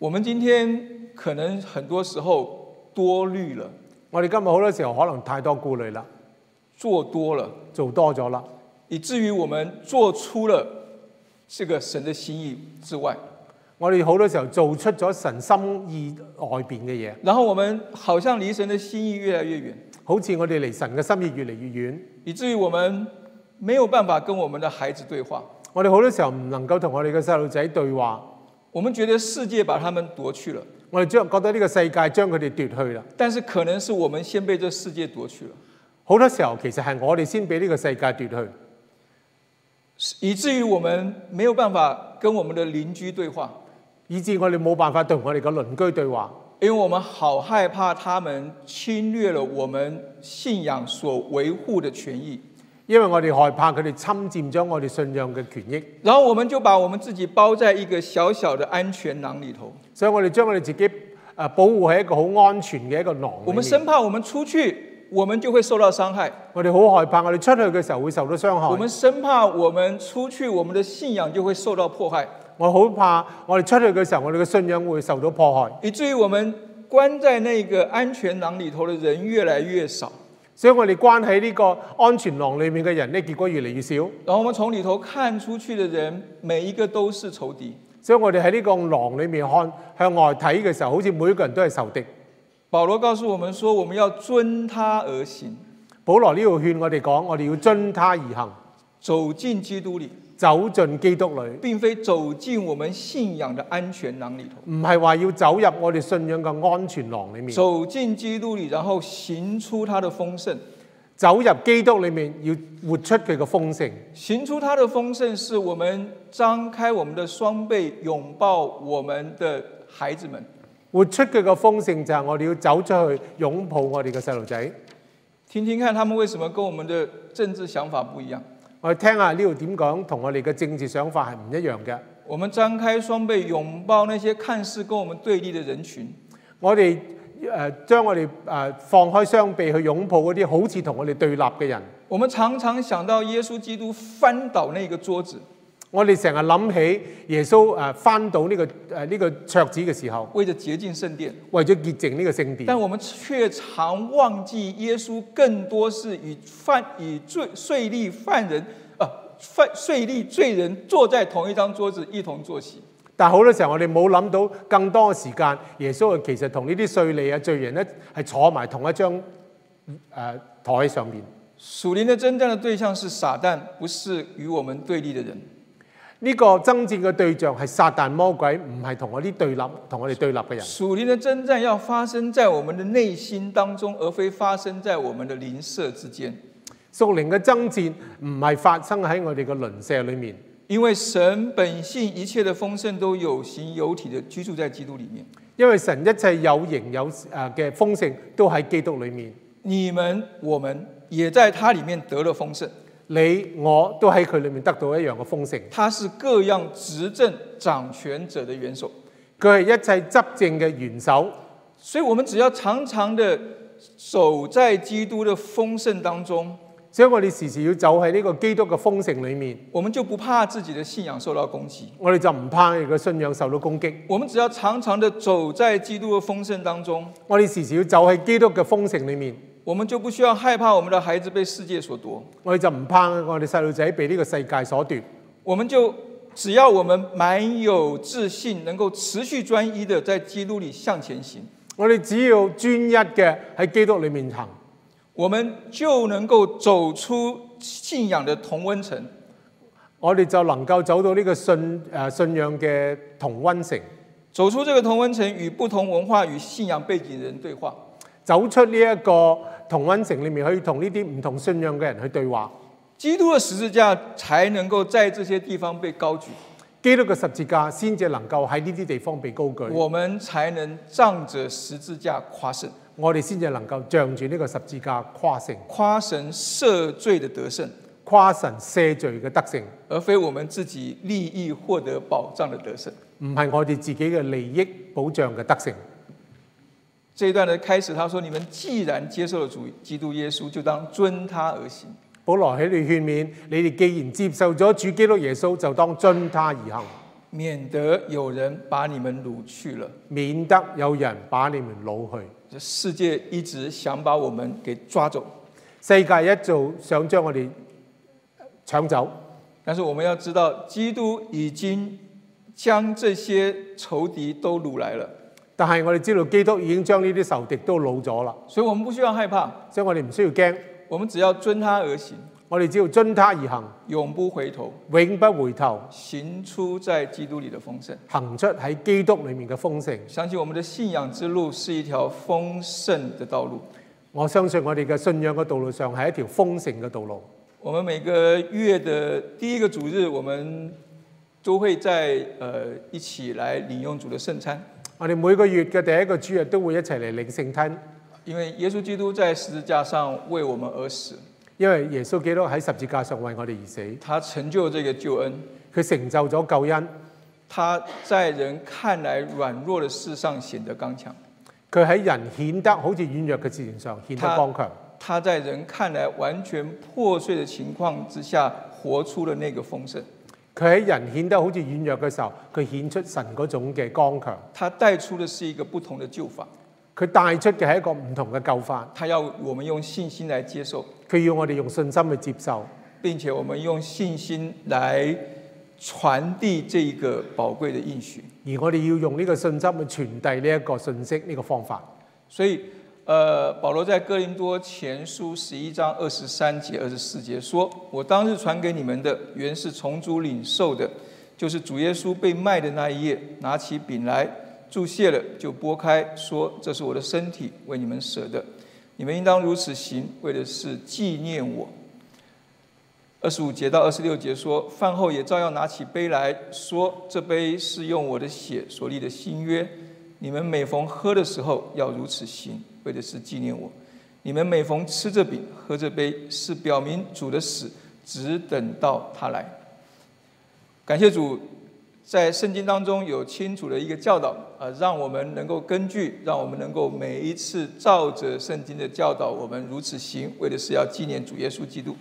[SPEAKER 2] 我们今天可能很多时候多虑了，
[SPEAKER 1] 我哋今日好多時候可能太多顧慮啦，
[SPEAKER 2] 做多了，
[SPEAKER 1] 做多咗啦，
[SPEAKER 2] 以至于我们做出了这个神的心意之外，
[SPEAKER 1] 我哋好多時候做出咗神心意外邊嘅嘢，
[SPEAKER 2] 然后我们好像离神的心意越来越远，
[SPEAKER 1] 好似我哋離神嘅心意越嚟越遠。
[SPEAKER 2] 以至于我们没有办法跟我们的孩子对话。
[SPEAKER 1] 我哋好多時候唔能夠同我哋嘅細路仔對話，
[SPEAKER 2] 我们觉得世界把他们夺去了，
[SPEAKER 1] 我哋將覺得呢個世界將佢哋奪去啦。
[SPEAKER 2] 但是可能是我们先被这世界夺去了。
[SPEAKER 1] 好多時候其實係我哋先俾呢個世界奪去，
[SPEAKER 2] 以至于我们没有办法跟我们的邻居对话，
[SPEAKER 1] 以致我哋冇辦法同我哋嘅鄰居對話。
[SPEAKER 2] 因为我们好害怕他们侵略了我们信仰所维护的权益，
[SPEAKER 1] 因為我哋害怕佢哋侵佔咗我哋信仰嘅權益，
[SPEAKER 2] 然后我们就把我们自己包在一个小小的安全囊里头。
[SPEAKER 1] 所以我哋將我哋自己誒保護喺一個好安全嘅一個囊裏面。
[SPEAKER 2] 我们生怕我们出去，我们就会受到傷害；
[SPEAKER 1] 我哋好害怕，我哋出去嘅時候會受到傷害。
[SPEAKER 2] 我
[SPEAKER 1] 我
[SPEAKER 2] 们生怕我们出去，我们的信仰就会受到迫害，
[SPEAKER 1] 好怕，我哋出去嘅時候，我哋嘅信仰會受到破害。
[SPEAKER 2] 以至于我们关在那个安全囊里头的人越来越少。
[SPEAKER 1] 所以我哋關喺呢個安全囊裏面嘅人呢，結果越嚟越少。
[SPEAKER 2] 然后我们从里头看出去的人，每一个都是仇敌。
[SPEAKER 1] 所以我哋喺呢個囊裏面看向外睇嘅時候，好似每一個人都係仇敵。
[SPEAKER 2] 保羅告诉我们说，我们要遵他而行，
[SPEAKER 1] 保羅呢度勸我哋講，我哋要遵他而行，
[SPEAKER 2] 走进基督里。
[SPEAKER 1] 走進基督裏，
[SPEAKER 2] 并非走进我们信仰的安全囊里头，
[SPEAKER 1] 唔係話要走入我哋信仰嘅安全囊裏面，
[SPEAKER 2] 走进基督里，然后行出他的丰盛。
[SPEAKER 1] 走入基督裏面要活出佢嘅豐盛。
[SPEAKER 2] 行出他的丰盛，是我们张开我们的双臂，拥抱我们的孩子们。
[SPEAKER 1] 活出佢嘅豐盛就係我哋要走出去擁抱我哋嘅細路仔。
[SPEAKER 2] 听听看他们为什么跟我们的政治想法不一样。
[SPEAKER 1] 我哋聽下呢度點講，同我哋嘅政治想法係唔一樣嘅。
[SPEAKER 2] 我们张开双臂，拥抱那些看似跟我们对立的人群，
[SPEAKER 1] 我哋誒、呃、將我哋誒、呃放開雙臂去擁抱嗰啲好似同我哋對立嘅人。
[SPEAKER 2] 我们常常想到耶穌基督翻倒那个桌子，
[SPEAKER 1] 我哋成日諗起耶穌誒翻到呢、個誒呃呢、個桌子嘅時候，
[SPEAKER 2] 为了洁净圣殿，
[SPEAKER 1] 為咗潔淨呢個聖殿，
[SPEAKER 2] 但我们却常忘记耶稣更多是与犯与罪税吏犯人啊犯税吏罪人坐在同一张桌子一同坐席。
[SPEAKER 1] 但好多時候我哋冇諗到更多嘅時間，耶穌其實同呢啲税吏啊罪人咧係坐埋同一張誒、呃台上面。
[SPEAKER 2] 属灵的征战的对象是撒旦，不是与我们对立的人。
[SPEAKER 1] 呢、個爭戰嘅對象係撒旦魔鬼，唔係同我啲對立，同我哋對立嘅人。
[SPEAKER 2] 属灵的征战要发生在我们的内心当中，而非发生在我们的邻舍之间。
[SPEAKER 1] 屬靈嘅爭戰唔係發生喺我哋嘅鄰舍裏面，
[SPEAKER 2] 因为神本性一切的丰盛都有形有体的居住在基督里面。
[SPEAKER 1] 因為神一切有形有誒嘅豐盛都喺基督裏面，
[SPEAKER 2] 你们我们也在它里面得了丰盛，
[SPEAKER 1] 你我都喺佢裏面得到一樣嘅豐盛。
[SPEAKER 2] 他是各样执政掌权者的元首。
[SPEAKER 1] 佢係一切執政嘅元首，
[SPEAKER 2] 所以，我们只要常常的守在基督的丰盛当中，
[SPEAKER 1] 所以我哋時時要走喺呢個基督嘅豐盛裏面，
[SPEAKER 2] 我们就不怕自己的信仰受到攻击。
[SPEAKER 1] 我哋就唔怕我哋嘅信仰受到攻擊。
[SPEAKER 2] 我们只要常常的走在基督的丰盛当中，
[SPEAKER 1] 我哋時時要走喺基督嘅豐盛裏面，
[SPEAKER 2] 我们就不需要害怕我们的孩子被世界所夺。
[SPEAKER 1] 我哋就唔怕我哋細路仔被呢個世界所奪。
[SPEAKER 2] 我们就只要我们满有自信，能够持续专一的在基督里向前行，
[SPEAKER 1] 我哋只要專一嘅喺基督裏面行，
[SPEAKER 2] 我们就能够走出信仰的同温层。
[SPEAKER 1] 我哋就能夠走到呢個信誒、呃信仰嘅同温城，
[SPEAKER 2] 走出这个同温层，与不同文化与信仰背景的人对话。
[SPEAKER 1] 走出呢一個同温城裏面，去同呢啲唔同信仰嘅人去對話。
[SPEAKER 2] 基督的十字架才能够在这些地方被高举，
[SPEAKER 1] 基督嘅十字架先至能夠喺呢啲地方被高舉，
[SPEAKER 2] 我们才能仗着十字架夸胜，
[SPEAKER 1] 我哋先至能夠仗住呢個十字架跨城、
[SPEAKER 2] 夸神赦罪的得胜，
[SPEAKER 1] 跨神赦罪嘅得勝，
[SPEAKER 2] 而非我们自己利益获得保障的得胜。
[SPEAKER 1] 唔係我哋自己嘅利益保障嘅得勝。
[SPEAKER 2] 这一段的开始，他说：“你们既然接受了主基督耶稣，就当遵他而行。
[SPEAKER 1] 保羅喺度勸勉你哋，既然接受咗主基督耶穌，就當遵他而行，
[SPEAKER 2] 免得有人把你们掳去了。
[SPEAKER 1] 免得有人把你們擄去。
[SPEAKER 2] 这世界一直想把我们给抓走，
[SPEAKER 1] 世界一早想將我哋搶走，
[SPEAKER 2] 但是我们要知道，基督已经将这些仇敌都掳来了，
[SPEAKER 1] 但係我哋知道基督已經將呢啲仇敵都老咗啦，
[SPEAKER 2] 所以我们不需要害怕，
[SPEAKER 1] 所以我哋唔需要驚，
[SPEAKER 2] 我们只要遵他而行，
[SPEAKER 1] 我哋只要遵他而行，
[SPEAKER 2] 永不回头，
[SPEAKER 1] 永不回頭，
[SPEAKER 2] 行出在基督里的丰盛。
[SPEAKER 1] 行出喺基督裡面嘅豐盛。
[SPEAKER 2] 相信我们的信仰之路是一条丰盛的道路。
[SPEAKER 1] 我相信我哋嘅信仰嘅道路上係一條豐盛嘅道路。
[SPEAKER 2] 我们每个月的第一个主日，我们都会在呃一起来领用主的圣餐，
[SPEAKER 1] 我哋每個月嘅第一個主日都會一齊嚟領聖餐，
[SPEAKER 2] 因为耶稣基督在十字架上为我们而死，
[SPEAKER 1] 因為耶穌基督喺十字架上為我哋而死，
[SPEAKER 2] 他成就这个救恩，
[SPEAKER 1] 佢成就咗救恩，
[SPEAKER 2] 他在人看来软弱的事上显得刚强，
[SPEAKER 1] 佢喺人顯得好似軟弱嘅事情上顯得
[SPEAKER 2] 他
[SPEAKER 1] 剛強，
[SPEAKER 2] 他在人看来完全破碎的情况之下，活出了那个丰盛。
[SPEAKER 1] 佢喺人顯得好似軟弱嘅時候，佢顯出神嗰種嘅剛強。
[SPEAKER 2] 他带出的是一个不同的救法，
[SPEAKER 1] 佢帶出嘅係一個唔同嘅救法，
[SPEAKER 2] 他要我们用信心来接受，
[SPEAKER 1] 佢要我哋用信心去接受，
[SPEAKER 2] 并且我们用信心来传递这一个宝贵的应许。
[SPEAKER 1] 而我哋要用呢個信心去傳遞呢一個信息、呢、個方法。
[SPEAKER 2] 所以，呃，保罗在哥林多前书十一章二十三节、二十四节说：“我当日传给你们的，原是从主领受的，就是主耶稣被卖的那一夜，拿起饼来，注谢了，就拨开，说：这是我的身体，为你们舍的。你们应当如此行，为的是纪念我。”二十五节到二十六节说：“饭后也照样拿起杯来说，这杯是用我的血所立的新约。你们每逢喝的时候，要如此行，为的是纪念我。你们每逢吃这饼、喝这杯，是表明主的死，只等到他来。”感谢主，在圣经当中有清楚的一个教导啊，让我们能够根据，让我们能够每一次照着圣经的教导，我们如此行，为的是要纪念主耶稣基督。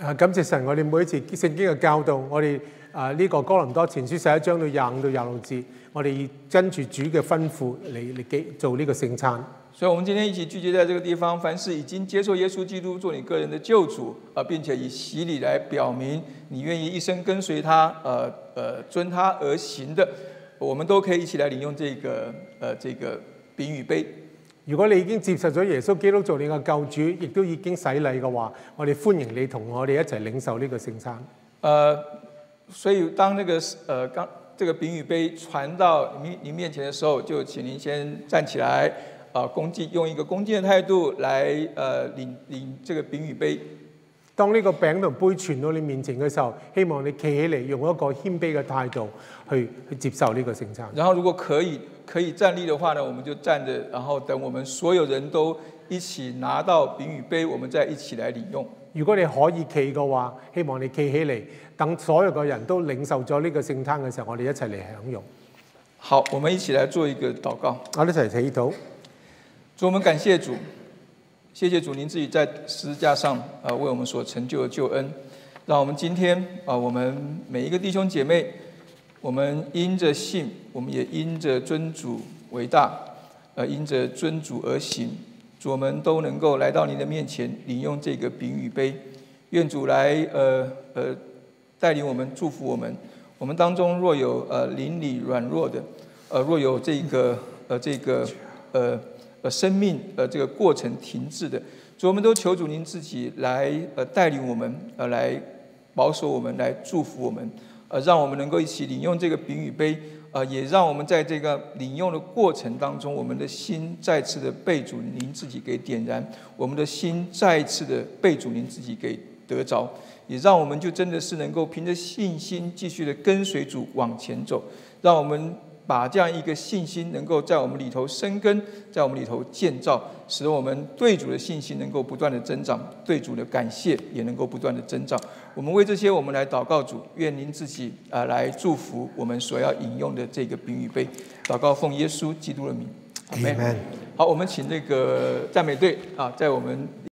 [SPEAKER 1] 啊，感謝神！我哋每一次聖經嘅教導，我哋啊呢個哥林多前書十一章到廿五到廿六節，我哋跟住主嘅吩咐嚟嚟記做呢個聖餐。
[SPEAKER 2] 所以，我们今天一起聚集在这个地方，凡是已经接受耶稣基督做你个人的救主，呃，并且以洗礼来表明你愿意一生跟随他，呃呃，遵他而行的，我们都可以一起来领用这个呃这个饼与杯。
[SPEAKER 1] 如果你已經接受咗耶穌基督做你嘅救主，亦都已經洗禮嘅話，我哋歡迎你同我哋一齊領受呢個聖餐。
[SPEAKER 2] 呃，所以当那个呃刚这个饼与杯传到您您面前的时候，就请您先站起来，啊、恭敬用一个恭敬的态度来呃领领这个饼与杯。
[SPEAKER 1] 當呢個餅同杯傳到你面前嘅時候，希望你企起嚟，用一個謙卑嘅態度去去接受呢個聖餐。
[SPEAKER 2] 然后如果可以可以站立的话呢，我们就站着，然后等我们所有人都一起拿到饼与杯，我们再一起来领用。
[SPEAKER 1] 如果你可以企嘅話，希望你企起嚟，等所有嘅人都領受咗呢個聖餐嘅時候，我哋一齊嚟享用。
[SPEAKER 2] 好，我们一起来做一个祷告。
[SPEAKER 1] 我哋一齊祈禱。
[SPEAKER 2] 主，我们感谢主，谢谢主，您自己在十字架上啊、呃为我们所成就的救恩，让我们今天啊、我们每一个弟兄姐妹，我们因着信，我们也因着尊主为大，呃，因着尊主而行，主我们都能够来到您的面前，领用这个饼与杯，愿主来呃呃带领我们，祝福我们。我们当中若有呃邻里软弱的，呃若有这个呃这个呃呃生命呃这个过程停滞的，主我们都求主您自己来呃带领我们，呃来保守我们，来祝福我们，呃让我们能够一起领用这个饼与杯，呃也让我们在这个领用的过程当中，我们的心再次的被主您自己给点燃，我们的心再次的被主您自己给得着。也让我们就真的是能够凭着信心继续的跟随主往前走，让我们把这样一个信心能够在我们里头生根，在我们里头建造，使得我们对主的信心能够不断的增长，对主的感谢也能够不断的增长。我们为这些，我们来祷告主，愿您自己啊、呃来祝福我们所要饮用的这个饼与杯。祷告奉耶稣基督的名，阿门。好，我们请这个赞美队啊，在我们。